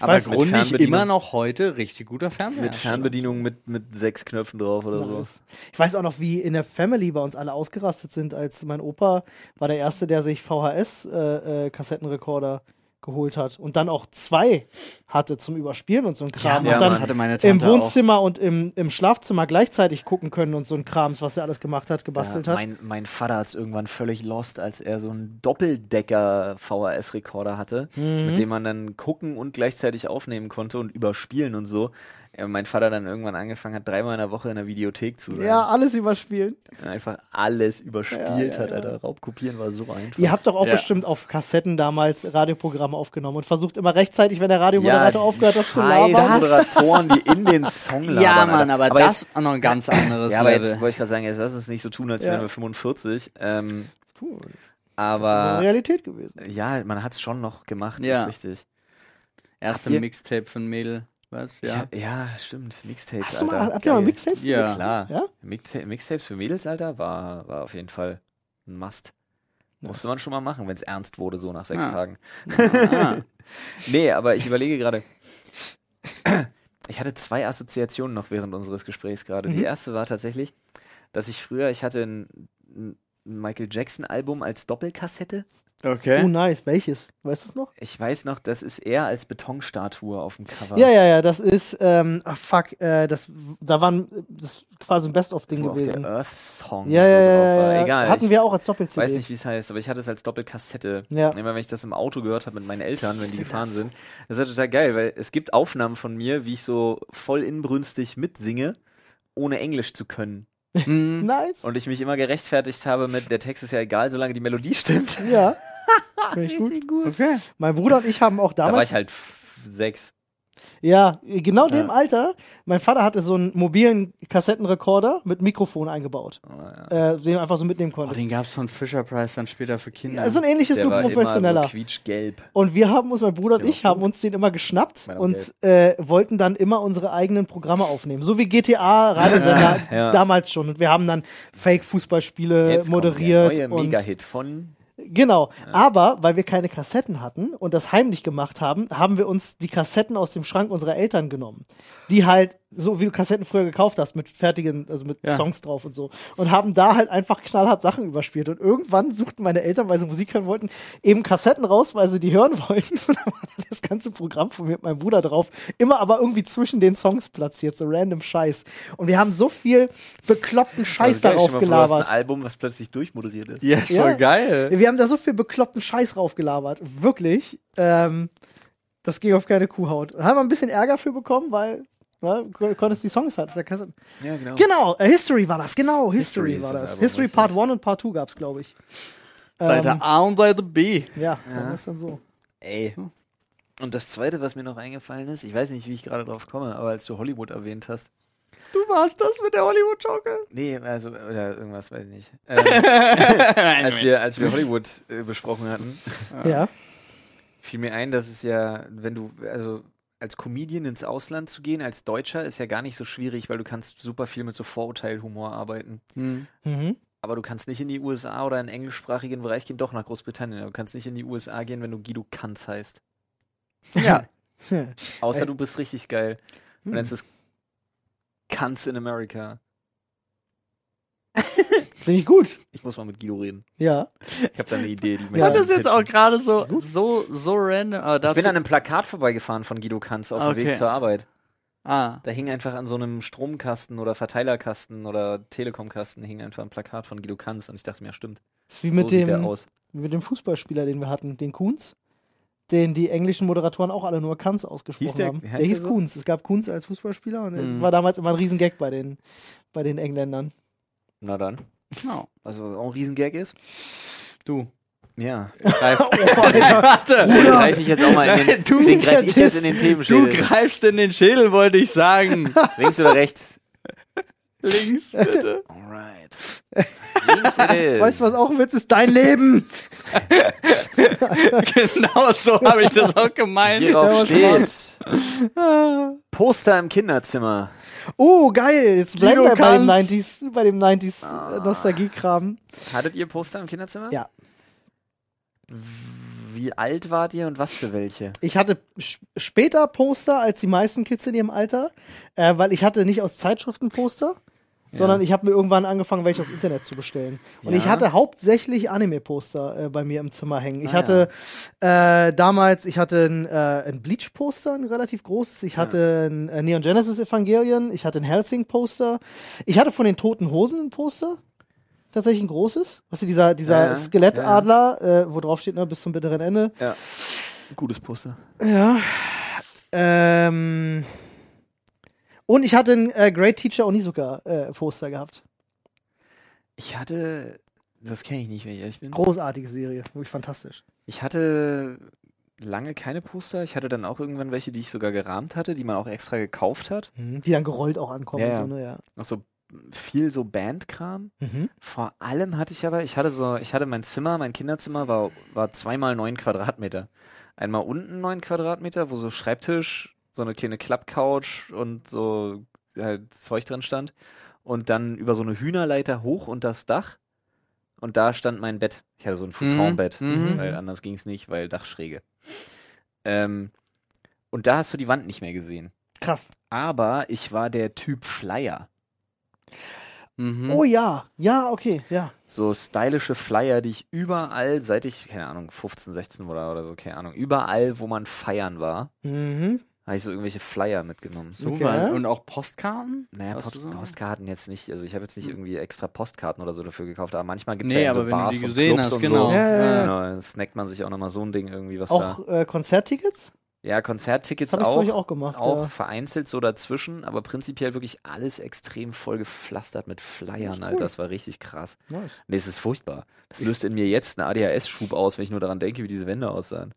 Aber
weiß,
mit
grundig
Fernbedienung-
immer noch heute richtig guter Fernseher.
mit Fernbedienung mit, mit sechs Knöpfen drauf oder so.
Nice. Ich weiß auch noch, wie in der Family bei uns alle ausgerastet sind, als mein Opa war der Erste, der sich VHS-Kassettenrekorder äh, geholt hat und dann auch zwei hatte zum Überspielen und so ein
Ja,
Kram.
Mann,
und dann
das hatte meine
im
Tante auch.
Wohnzimmer und im, im Schlafzimmer gleichzeitig gucken können und so ein Krams, was er alles gemacht hat, gebastelt
Ja,
hat.
Mein, mein Vater hat es irgendwann völlig lost, als er so einen Doppeldecker-VHS-Rekorder hatte,
Mhm.
mit dem man dann gucken und gleichzeitig aufnehmen konnte und überspielen und so. Äh, Mein Vater dann irgendwann angefangen hat, dreimal in der Woche in der Videothek zu sein.
Ja, alles überspielen.
Einfach alles überspielt hat, Alter. Raubkopieren war so einfach.
Ihr habt doch auch
Ja.
bestimmt auf Kassetten damals Radioprogramme aufgenommen und versucht immer rechtzeitig, wenn der Radiomoderator aufgehört hat zu
scheiß
labern.
Moderatoren, die in den Song labern.
Ja,
Alter.
Mann, aber, das war noch ein ganz anderes
Jetzt, *laughs* ja, aber
Level.
jetzt wollte ich gerade sagen, jetzt lass uns nicht so tun, als
Ja.
wären wir 45. Ähm,
Puh, Das ist eine
aber Äh,
Realität gewesen.
ja, man hat es schon noch gemacht,
Ja.
ist richtig.
Erste
Habt ihr-
Mixtape von Mädel. Was?
Ich *laughs*
Ja.
hab- ja, stimmt. Mixtapes,
Hast du mal,
Alter.
habt ihr mal
Geil.
Mixtapes?
Ja.
Klar.
Ja?
Mixta Mixtapes für Mädels, Alter, war, war auf jeden Fall ein Must. Musste man schon mal machen, wenn es ernst wurde, so nach sechs
Ja.
Tagen.
Ah.
Nee, aber ich überlege gerade. *clears throat* Ich hatte zwei Assoziationen noch während unseres Gesprächs gerade. Die
Mhm.
erste war tatsächlich, dass ich früher, ich hatte ein, ein Michael Jackson-Album als Doppelkassette.
Oh,
äh?
Okay.
nice. Welches? Weißt du es noch?
Ich weiß noch, das ist er als Betonstatue auf dem Cover.
Ja, ja, ja. Das ist, ähm, ach, fuck, äh, das, da waren, das ist quasi ein Best-of-Ding
Wo auch der
gewesen.
Earth Song
Ja,
so
ja,
drauf
ja,
war.
ja.
Egal.
Hatten
ich
wir auch als Doppel-CD.
weiß nicht, wie es heißt, aber ich hatte es als Doppelkassette.
Ja.
Immer wenn ich das im Auto gehört habe mit meinen Eltern, wenn die gefahren sind. Das ist ja total geil, weil es gibt Aufnahmen von mir, wie ich so voll inbrünstig mitsinge, ohne Englisch zu können.
Hm.
Nice.
Und ich mich immer gerechtfertigt habe mit, der Text ist ja egal, solange die Melodie stimmt.
*laughs*
*laughs*
ja. Finde ich gut.
Richtig gut.
Okay. Oh,
Mein Bruder und ich haben auch
Da war
damals
ich halt f- sechs.
Ja, genau dem
Ja.
Alter. Mein Vater hatte so einen mobilen Kassettenrekorder mit Mikrofon eingebaut,
Ah,
äh, den du einfach so mitnehmen
Oh,
konntest.
den gab es von Fisher Price dann später für Kinder.
ja, so ein ähnliches,
Der
nur
war immer
professioneller. äh,
so quietschgelb.
und wir haben uns, mein Bruder und
Der war
ich, haben uns den immer geschnappt
Meiner
und äh, wollten dann immer unsere eigenen Programme aufnehmen. So
*laughs*
wie GTA, Radiosender
Ja.
damals schon. Und wir haben dann Fake-Fußballspiele
Jetzt
moderiert.
kommt der neue
und
Mega-Hit von
Genau, aber weil wir keine Kassetten hatten und das heimlich gemacht haben, haben wir uns die Kassetten aus dem Schrank unserer Eltern genommen. Die halt, so wie du Kassetten früher gekauft hast, mit fertigen, also mit
Ja.
Songs drauf und so. Und haben da halt einfach knallhart Sachen überspielt. Und irgendwann suchten meine Eltern, weil sie Musik hören wollten, eben Kassetten raus, weil sie die hören *laughs* wollten. Und dann war da das ganze Programm von mir und meinem Bruder drauf. Immer aber irgendwie zwischen den Songs platziert, so random Scheiß. Und wir haben so viel bekloppten Scheiß
Also geil,
darauf
stell dir mal vor, Du hast
gelabert.
ein Album, was plötzlich durchmoderiert ist.
Ja, ist
Ja.
voll
Ähm,
geil.
Wir haben da so viel bekloppten Scheiß raufgelabert. Wirklich. Ähm, das ging auf keine Kuhhaut. Haben wir ein bisschen Ärger für bekommen, weil ne, du konntest die Songs halt auf der Kassette.
Ja, genau.
Genau, äh, History war das, genau, History,
History ist
war
das
das.
Album,
History
richtig.
Part 1 und Part 2 gab's, glaube ich. Ähm,
Seite A und Seite B.
Ja, damals dann so.
Ey. Und das Zweite, was mir noch eingefallen ist, ich weiß nicht, wie ich gerade drauf komme, aber als du Hollywood erwähnt hast.
Du warst das mit der Hollywood-Schaukel?
Nee, also, oder irgendwas, weiß ich nicht.
*laughs*
Ähm, als, wir, als wir Hollywood äh, besprochen hatten,
Ja.
fiel mir ein, dass es ja, wenn du, also als Comedian ins Ausland zu gehen, als Deutscher, ist ja gar nicht so schwierig, weil du kannst super viel mit so Vorurteil, Humor arbeiten.
Hm.
Mhm.
Aber du kannst nicht in die USA oder in den englischsprachigen Bereich gehen, doch nach Großbritannien. Aber du kannst nicht in die USA gehen, wenn du Guido Kanz heißt.
Ja.
*laughs* Außer
Ey.
du bist richtig geil. Und
Hm.
dann ist es Kanz in America.
Finde ich gut.
Ich muss mal mit Guido reden.
Ja.
Ich habe da eine Idee, die
Ich fand
Das ist jetzt auch
Ich
gerade so, so, so random. Aber dazu,
bin an einem Plakat vorbeigefahren von Guido Kanz auf dem
Okay.
Weg zur Arbeit.
ah,
Da hing einfach an so einem Stromkasten oder Verteilerkasten oder Telekomkasten hing einfach ein Plakat von Guido Kanz und ich dachte mir, ja, stimmt.
Ist wie mit
so sieht der
dem
aus.
mit dem Fußballspieler, den wir hatten, den Kunz. Den die englischen Moderatoren auch alle nur Kanz ausgesprochen
Hieß der-
haben.
heißt
Der
der
hieß
so?
Kunz. Es gab Kunz als Fußballspieler und
Mhm.
es war damals immer ein Riesengag bei den, bei den Engländern.
Na dann.
genau.
Also was auch ein Riesengag ist. Oh,
*laughs* Du.
*laughs*
Ja.
Greif.
Oh,
Deswegen greife ich jetzt auch mal in den,
Du-
deswegen greif ich jetzt in den
Du
Themenschädel.
greifst in den Schädel, wollte
*laughs*
ich sagen.
Links oder rechts?
Links, bitte.
Alright. Links it is.
Weißt du, was auch ein Witz ist? Dein Leben!
genau so habe ich das auch gemeint.
Hierauf
Ja, aber
steht Poster im Kinderzimmer.
Oh, geil! Jetzt bleiben wir
Guido
bei dem
Kanz.
90s, bei dem 90s äh, Nostalgie-Kram.
Hattet ihr Poster im Kinderzimmer?
Ja.
Wie alt wart ihr und was für welche?
Ich hatte sch- später Poster als die meisten Kids in ihrem Alter, äh, weil ich hatte nicht aus Zeitschriften Poster, sondern ich habe mir irgendwann angefangen, welche auf Internet zu bestellen. Und
Ja.
ich hatte hauptsächlich Anime-Poster äh, bei mir im Zimmer hängen. Ich
Ah,
hatte äh, damals, ich hatte ein, äh, ein Bleach-Poster, ein relativ großes. Ich hatte ein äh, Neon Genesis Evangelion. Ich hatte ein Helsing-Poster. Ich hatte von den Toten Hosen ein Poster. Tatsächlich ein großes. Was ist dieser, dieser
Ja,
Skelettadler, äh, wo drauf steht, ne, bis zum bitteren Ende.
Gutes Poster.
Ja. Ähm. Und ich hatte ein äh, Great Teacher Onizuka äh, Poster gehabt.
Ich hatte, das kenne ich nicht, wenn ich ehrlich bin.
Großartige Serie, wirklich fantastisch.
Ich hatte lange keine Poster. Ich hatte dann auch irgendwann welche, die ich sogar gerahmt hatte, die man auch extra gekauft hat.
Die Mhm. dann gerollt auch ankommen.
Ja, ja.
und So, ne, ja.
Noch so viel so Bandkram.
Mhm.
Vor allem hatte ich aber, ich hatte so, ich hatte mein Zimmer, mein Kinderzimmer war, war zweimal neun Quadratmeter. Einmal unten neun Quadratmeter, wo so Schreibtisch, so eine kleine Klappcouch und so halt Zeug drin stand. Und dann über so eine Hühnerleiter hoch und das Dach. Und da stand mein Bett. Ich hatte so ein Futonbett,
mhm.
weil anders ging es nicht, weil Dachschräge. Ähm, und da hast du die Wand nicht mehr gesehen.
Krass.
Aber ich war der Typ Flyer.
Mhm.
Oh ja, ja, okay, ja.
so stylische Flyer, die ich überall, seit ich, keine Ahnung, 15, 16 war oder so, keine Ahnung, überall, wo man feiern war,
Mhm.
habe ich so irgendwelche Flyer mitgenommen.
So
Okay.
war- Und auch Postkarten?
Naja,
Hast
Post
du so?
Postkarten jetzt nicht. Also ich habe jetzt nicht irgendwie extra Postkarten oder so dafür gekauft, aber manchmal gibt es
Nee,
ja in so
aber wenn
Bars
du die
und
gesehen
Clubs
hast,
und
genau.
so.
Ja, ja, ja.
Genau, dann snackt man sich auch nochmal so ein Ding irgendwie, was da.
Auch äh, Konzerttickets?
Ja, Konzerttickets
Habe ich zum
auch,
Beispiel
auch,
auch gemacht. ja.
vereinzelt so dazwischen, aber prinzipiell wirklich alles extrem voll gepflastert mit Flyern, Alter. Das war richtig krass.
Nice.
Nee, es ist furchtbar. Das löst in mir jetzt einen ADHS-Schub aus, wenn ich nur daran denke, wie diese Wände
*laughs*
aussahen.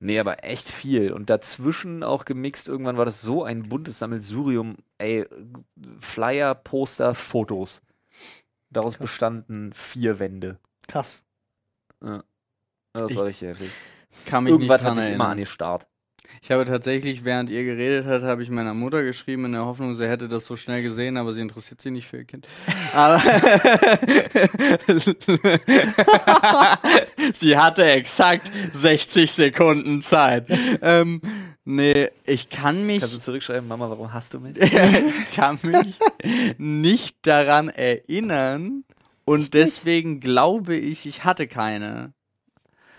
nee, aber echt viel. Und dazwischen auch gemixt, irgendwann war das so ein buntes Sammelsurium. Ey, Flyer, Poster, Fotos. Daraus bestanden vier Wände.
Krass.
Das
Ich-
war richtig heftig.
Kann mich
Irgendwas
nicht dran
hatte ich immer an
erinnern.
den Start.
Ich habe tatsächlich, während ihr geredet habt, habe ich meiner Mutter geschrieben, in der Hoffnung, sie hätte das so schnell gesehen, aber sie interessiert sie nicht für ihr Kind. Aber *laughs* sie hatte exakt 60 Sekunden Zeit. Ähm, nee, ich Äh, kann mich
Kannst du zurückschreiben, Mama, warum hast du mich?
ich *laughs* kann mich nicht daran erinnern und deswegen glaube ich, ich hatte keine.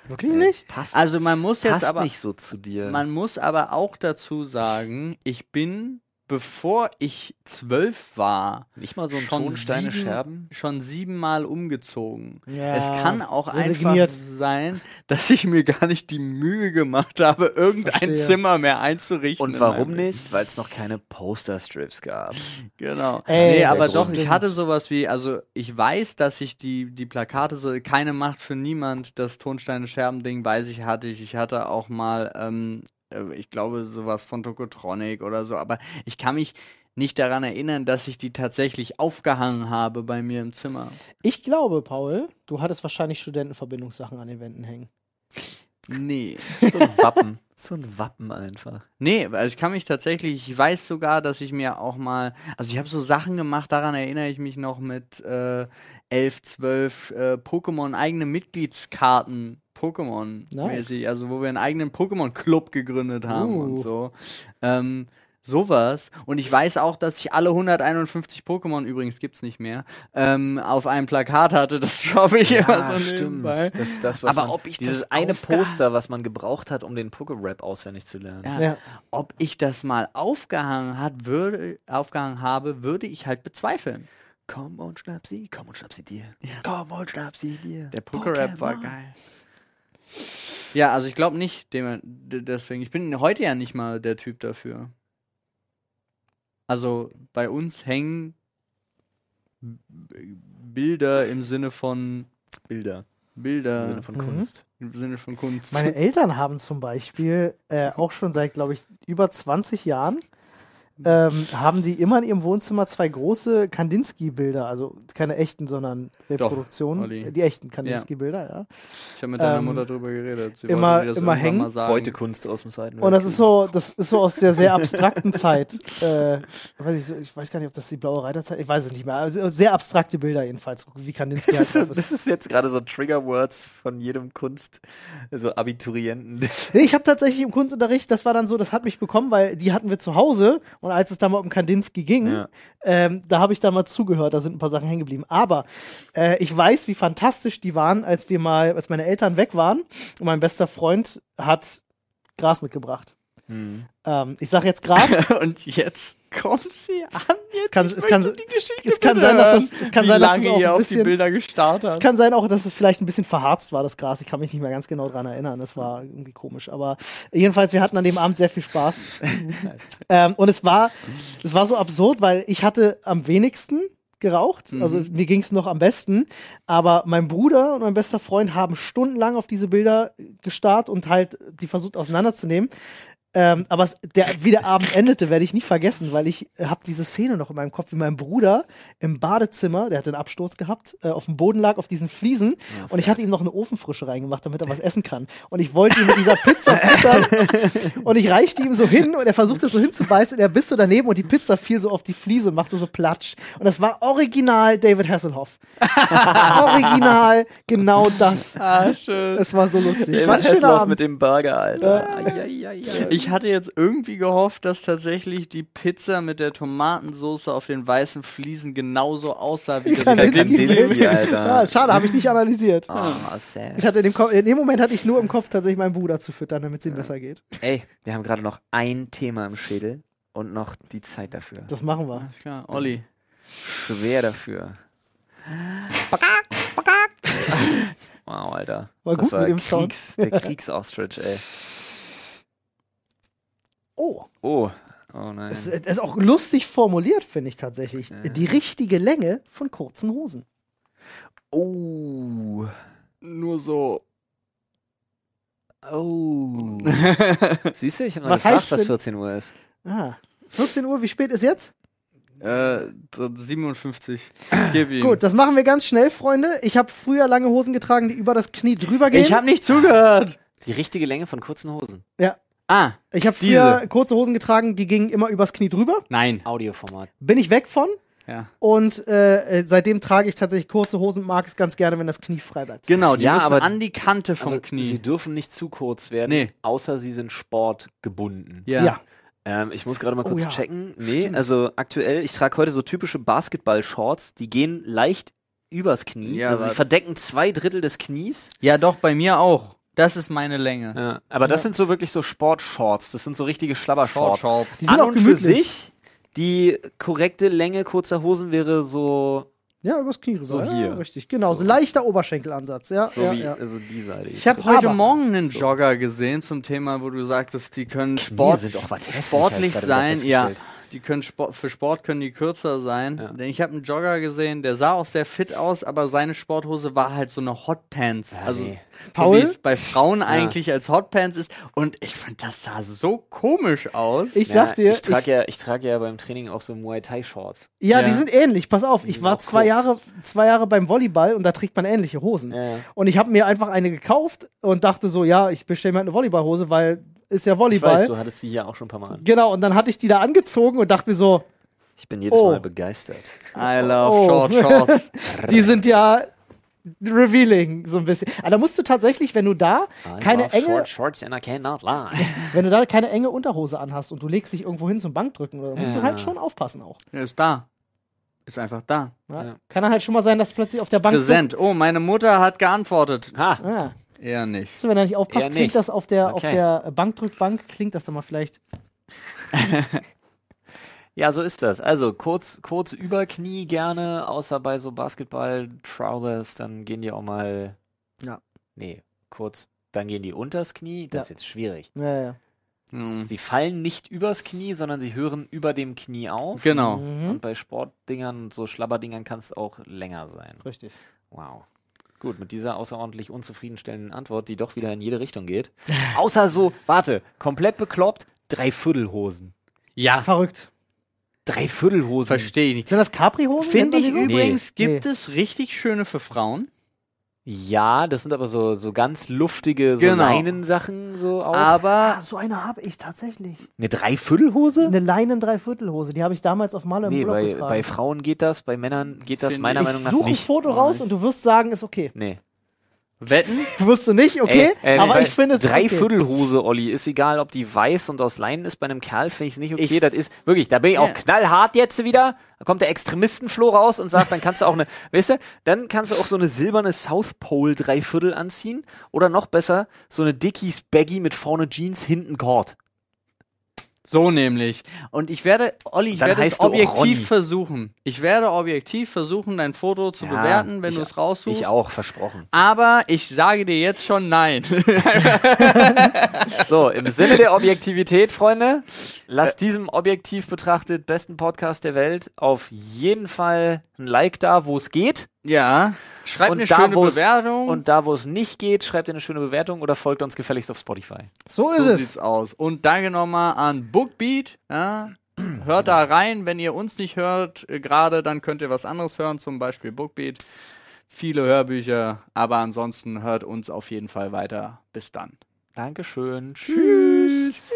Wirklich nicht?
Passt,
Also man muss jetzt
passt
aber
nicht so zu dir.
man muss aber auch dazu sagen, ich bin bevor ich zwölf war
nicht mal so ein
schon
Tonsteine
sieben-
Scherben.
schon siebenmal umgezogen.
Ja,
es kann auch
resigniert.
einfach sein, dass ich mir gar nicht die Mühe gemacht habe, irgendein
Verstehe.
Zimmer mehr einzurichten.
Und
in
warum
meinem
nicht? Weil es noch keine Poster-Strips gab.
Genau.
Ey,
nee,
der
aber
Grund.
doch, ich hatte sowas wie, also ich weiß, dass ich die, die Plakate so, keine Macht für niemand, das Tonsteine-Scherben-Ding, weiß ich, hatte ich. Ich hatte auch mal, ähm, äh, ich glaube, sowas von Tokotronic oder so, aber ich kann mich nicht daran erinnern, dass ich die tatsächlich aufgehangen habe bei mir im Zimmer.
Ich glaube, Paul, du hattest wahrscheinlich Studentenverbindungssachen an den Wänden hängen.
Nee.
So ein Wappen. *laughs* so ein Wappen einfach.
Nee, also ich kann mich tatsächlich, ich weiß sogar, dass ich mir auch mal, also ich habe so Sachen gemacht, daran erinnere ich mich noch mit äh, 11, 12 äh, Pokémon, eigene Mitgliedskarten, Pokémon-mäßig, also wo wir einen eigenen Pokémon-Club gegründet haben und
Uh.
so. Ähm, sowas. Und ich weiß auch, dass ich alle 151 Pokémon, übrigens gibt's nicht mehr, ähm, auf einem Plakat hatte, das *laughs* droppe ich immer so nebenbei.
Das, das, was
Aber
man,
ob ich das
dieses eine
aufge-
Poster, was man gebraucht hat, um den Poké-Rap auswendig zu lernen.
Ja.
Ja.
Ob ich das mal aufgehangen, hat, würde, aufgehangen habe, würde ich halt bezweifeln.
Komm und schnapp sie, komm und schnapp sie dir.
Komm und schnapp sie dir. Der
Pokémon.
Poker-Rap war geil. Ja, also ich glaube nicht, dem, d- deswegen. Ich bin heute ja nicht mal der Typ dafür. Also bei uns hängen B- Bilder im Sinne von
Bilder
Bilder,
im Sinne von
Mhm.
Kunst.
im Sinne von Kunst.
Meine Eltern haben zum Beispiel äh, auch schon seit, glaube ich, über 20 Jahren ähm, haben die immer in ihrem Wohnzimmer zwei große Kandinsky-Bilder, also keine echten, sondern Reproduktionen,
Olli.
die echten Kandinsky-Bilder,
ich habe mit deiner
ähm,
Mutter drüber geredet. Sie
immer-
wollte dir das
immer
irgendwann
hängen.
mal sagen.
Heute Kunst aus dem Zweiten
ja. Und das ist so, das ist so aus der sehr
*laughs*
abstrakten Zeit. Äh, weiß ich, so, ich weiß gar nicht, ob das die blaue Reiterzeit, ich weiß es nicht mehr, aber sehr abstrakte Bilder jedenfalls, wie
*laughs*
Kandinsky
Das ist, so,
halt drauf
das ist jetzt gerade so Trigger-Words von jedem Kunst, so Abiturienten. *laughs*
Nee, ich habe tatsächlich im Kunstunterricht, das war dann so, das hat mich bekommen, weil die hatten wir zu Hause und als es da mal um Kandinsky ging,
Ja.
ähm, da habe ich da mal zugehört, da sind ein paar Sachen hängen geblieben. Aber äh, ich weiß, wie fantastisch die waren, als wir mal, als meine Eltern weg waren und mein bester Freund hat Gras mitgebracht. Ähm, ich sage jetzt Gras,
*laughs* Und jetzt kommt sie an. Jetzt
kann-
ich
es kann-
möchte die Geschichte
es kann
bitte
sein, dass
hören,
das- es kann
wie
sein, dass
lange
es auch
ihr
ein
auf die
bisschen-
Bilder gestarrt
es
habt.
kann sein auch, dass es vielleicht ein bisschen verharzt war, das Gras. Ich kann mich nicht mehr ganz genau dran erinnern. Das war irgendwie komisch. Aber jedenfalls, wir hatten an dem Abend sehr viel Spaß. ähm, und es war, es war so absurd, weil ich hatte am wenigsten geraucht. Also mir ging es noch am besten. Aber mein Bruder und mein bester Freund haben stundenlang auf diese Bilder gestarrt und halt die versucht auseinanderzunehmen. Ähm, aber es, der, wie der Abend endete, werde ich nie vergessen, weil ich äh, habe diese Szene noch in meinem Kopf, wie mein Bruder im Badezimmer, der hat den Absturz gehabt, äh, auf dem Boden lag, auf diesen Fliesen und ich hatte ihm noch eine Ofenfrische reingemacht, damit er was essen kann. Und ich wollte ihn mit dieser
*laughs*
Pizza füttern und ich reichte ihm so hin und er versuchte so hinzubeißen und er biss so daneben und die Pizza fiel so auf die Fliese und machte so Platsch. Und das war original
*laughs*
David Hasselhoff. original genau das.
Ah, schön.
Es war so lustig.
David
war ein schöner
Hasselhoff
Abend.
mit dem Burger, Alter. Eieiei.
Ich hatte jetzt irgendwie gehofft, dass tatsächlich die Pizza mit der Tomatensauce auf den weißen Fliesen genauso aussah wie das
Kandinsky.
Kandinsky.
Alter.
Ja, ist schade, habe ich nicht analysiert.
Ah, sad.
Ich hatte in dem, Ko- in dem Moment hatte ich nur im Kopf, tatsächlich meinen Bruder zu füttern, damit es ihm besser geht.
Ey, wir haben gerade noch ein Thema im Schädel und noch die Zeit dafür.
Das machen wir.
Alles klar, Olli.
Schwer dafür. *laughs* Wow, Alter.
War gut
das war
mit dem Sound.
Kriegs, der Kriegsostrich, ey.
Oh,
Oh, oh nein.
es, es ist auch lustig formuliert, finde ich tatsächlich. Die richtige Länge von kurzen Hosen.
Oh.
Nur so.
Oh. *laughs* Siehst du, ich habe noch
Was
gefragt,
heißt
was
denn-
14 Uhr ist.
Ah, 14 Uhr, wie spät ist jetzt?
Äh, 57. Gib ihm.
Gut, das machen wir ganz schnell, Freunde. Ich habe früher lange Hosen getragen, die über das Knie drüber gehen.
Ich habe nicht zugehört.
Die richtige Länge von kurzen Hosen.
ja.
Ah,
Ich habe früher
Diese.
kurze Hosen getragen, die gingen immer übers Knie drüber.
nein.
Audioformat.
Bin ich weg von
Ja.
und äh, äh, seitdem trage ich tatsächlich kurze Hosen und mag es ganz gerne, wenn das Knie frei bleibt.
Genau, die
Ja,
müssen
aber-
an die Kante vom
Aber
Knie.
Also, Sie dürfen nicht zu kurz werden,
Nee.
außer sie sind sportgebunden.
ja.
ja.
Ähm, ich muss gerade mal
Oh,
kurz
ja.
checken. Nee, also aktuell, ich trage heute so typische Basketball-Shorts, die gehen leicht übers Knie.
Ja,
also sie
aber-
verdecken zwei Drittel des Knies.
ja, doch, bei mir auch. Das ist meine Länge.
Ja, aber das sind so wirklich so Sportshorts. Das sind so richtige Schlabbershorts.
Shorts.
Die sind
An
auch
und für
gemütlich.
sich, die korrekte Länge kurzer Hosen wäre so,
Ja, übers Knie rüber.
So
ja,
hier.
Richtig, genau. So, leichter Oberschenkelansatz. Ja,
so
ja,
wie
ja.
also die Seite.
Ich habe
Ich habe heute
aber,
Morgen einen Jogger gesehen zum Thema, wo du sagtest, die können
Boah,
Sport,
sind auch was hässlich,
sportlich
hab ich gerade
sein.
wieder
Ja,
festgestellt.
die können Sport, für Sport können die kürzer sein.
Ja.
Denn ich habe einen Jogger gesehen, der sah auch sehr fit aus, aber seine Sporthose war halt so eine Hotpants. also
nee.
so
Paul?
wie es bei Frauen eigentlich als Hotpants ist. Und ich fand, das sah so komisch aus.
Ich sag dir,
ich trage ja, ich trage ja beim Training auch so Muay Thai Shorts.
ja, die
Ja.
sind ähnlich. Pass auf, ich
sind
war
auch
zwei
kurz.
Jahre, zwei Jahre beim Volleyball und da trägt man ähnliche Hosen.
Ja.
Und ich habe mir einfach eine gekauft und dachte so, ja, ich bestelle mir halt eine Volleyballhose, weil ist ja
Ich weiß,
Volleyball.
du hattest die hier auch schon ein paar Mal an.
Genau, und dann hatte ich die da angezogen und dachte mir so,
Ich bin jedes
Oh.
Mal begeistert.
I love
Oh.
Short Shorts.
die sind ja revealing so ein bisschen. Aber da musst du tatsächlich, wenn du da
I
keine
love
enge,
Short shorts and I cannot lie.
wenn du da keine enge Unterhose anhast und du legst dich irgendwo hin zum Bankdrücken, oder so, musst du
Ja.
halt schon aufpassen auch.
Er ist da. Ist einfach da.
Ja.
Ja.
Kann dann halt schon mal sein, dass plötzlich auf der Bank.
Präsent. Oh, meine Mutter hat geantwortet.
So,
Ha.
ah,
Eher nicht.
weißt du, wenn er nicht aufpasst,
Eher
klingt
nicht.
das auf der, auf
Okay.
der äh, Bankdrückbank, klingt das dann mal vielleicht.
Ja, so ist das. Also kurz, kurz über Knie gerne, außer bei so Basketball-Trousers, dann gehen die auch mal.
Ja.
Nee, kurz. Dann gehen die unters Knie. Das ist jetzt schwierig.
Ja, ja.
Hm.
Sie fallen nicht übers Knie, sondern sie hören über dem Knie auf.
Genau.
Mhm.
Und bei Sportdingern und so Schlabberdingern kann es auch länger sein.
Richtig.
Wow. Gut, mit dieser außerordentlich unzufriedenstellenden Antwort, die doch wieder in jede Richtung geht. Außer so, warte, komplett bekloppt, Dreiviertelhosen.
Ja,
Ah. Verrückt.
Dreiviertelhosen.
verstehe ich nicht.
Sind das
Oh,
Capri-Hosen?
Finde ich
Nennt man die
übrigens,
Nee.
gibt es richtig schöne für Frauen,
Ja, das sind aber so, so ganz luftige, so
Genau.
Leinensachen so auch.
so? Ah,
aber
so eine habe ich tatsächlich.
Eine Dreiviertelhose?
Eine Leinen-Dreiviertelhose, die habe ich damals auf Malle im
nee,
Urlaub
bei,
getragen.
bei Frauen geht das, bei Männern geht das
Finde
meiner
ich
Meinung
ich
nach
suche ein
nicht. Oh
Foto raus und du wirst sagen, ist okay. *laughs*
Nee.
wetten?
Wirst du nicht, okay?
Ey, äh,
aber
weil
ich finde es ist okay.
Dreiviertelhose, Olli, ist egal, ob die weiß und aus Leinen ist. Bei einem Kerl finde ich es nicht okay. das ist wirklich, da bin ich auch
Ja.
knallhart jetzt wieder. Da kommt der Extremistenfloh raus und sagt, dann kannst du auch eine, *laughs* weißt du, dann kannst du auch so eine silberne South Pole Dreiviertel anziehen oder noch besser so eine Dickies Baggy mit vorne Jeans, hinten Cord.
So nämlich. Und ich werde, Olli, ich
Dann
werde es
heißt du auch
objektiv
Ronny.
versuchen. Ich werde objektiv versuchen, dein Foto zu
Ja,
bewerten, wenn
ich-
du es raussuchst.
Ich auch, versprochen.
Aber ich sage dir jetzt schon nein. *laughs*
So, im Sinne der Objektivität, Freunde, lasst diesem objektiv betrachtet besten Podcast der Welt auf jeden Fall ein Like da, wo es geht.
Ja, schreibt
Und
eine
da,
schöne
wo's-
Bewertung.
Und da, wo es nicht geht, schreibt ihr eine schöne Bewertung oder folgt uns gefälligst auf Spotify.
So ist
so
es.
sieht's aus. Und danke nochmal an Bookbeat. Ja? Hört da rein, wenn ihr uns nicht hört äh, gerade, dann könnt ihr was anderes hören, zum Beispiel Bookbeat. Viele Hörbücher, aber ansonsten hört uns auf jeden Fall weiter. Bis dann.
Dankeschön. Tschüss. Tschüss.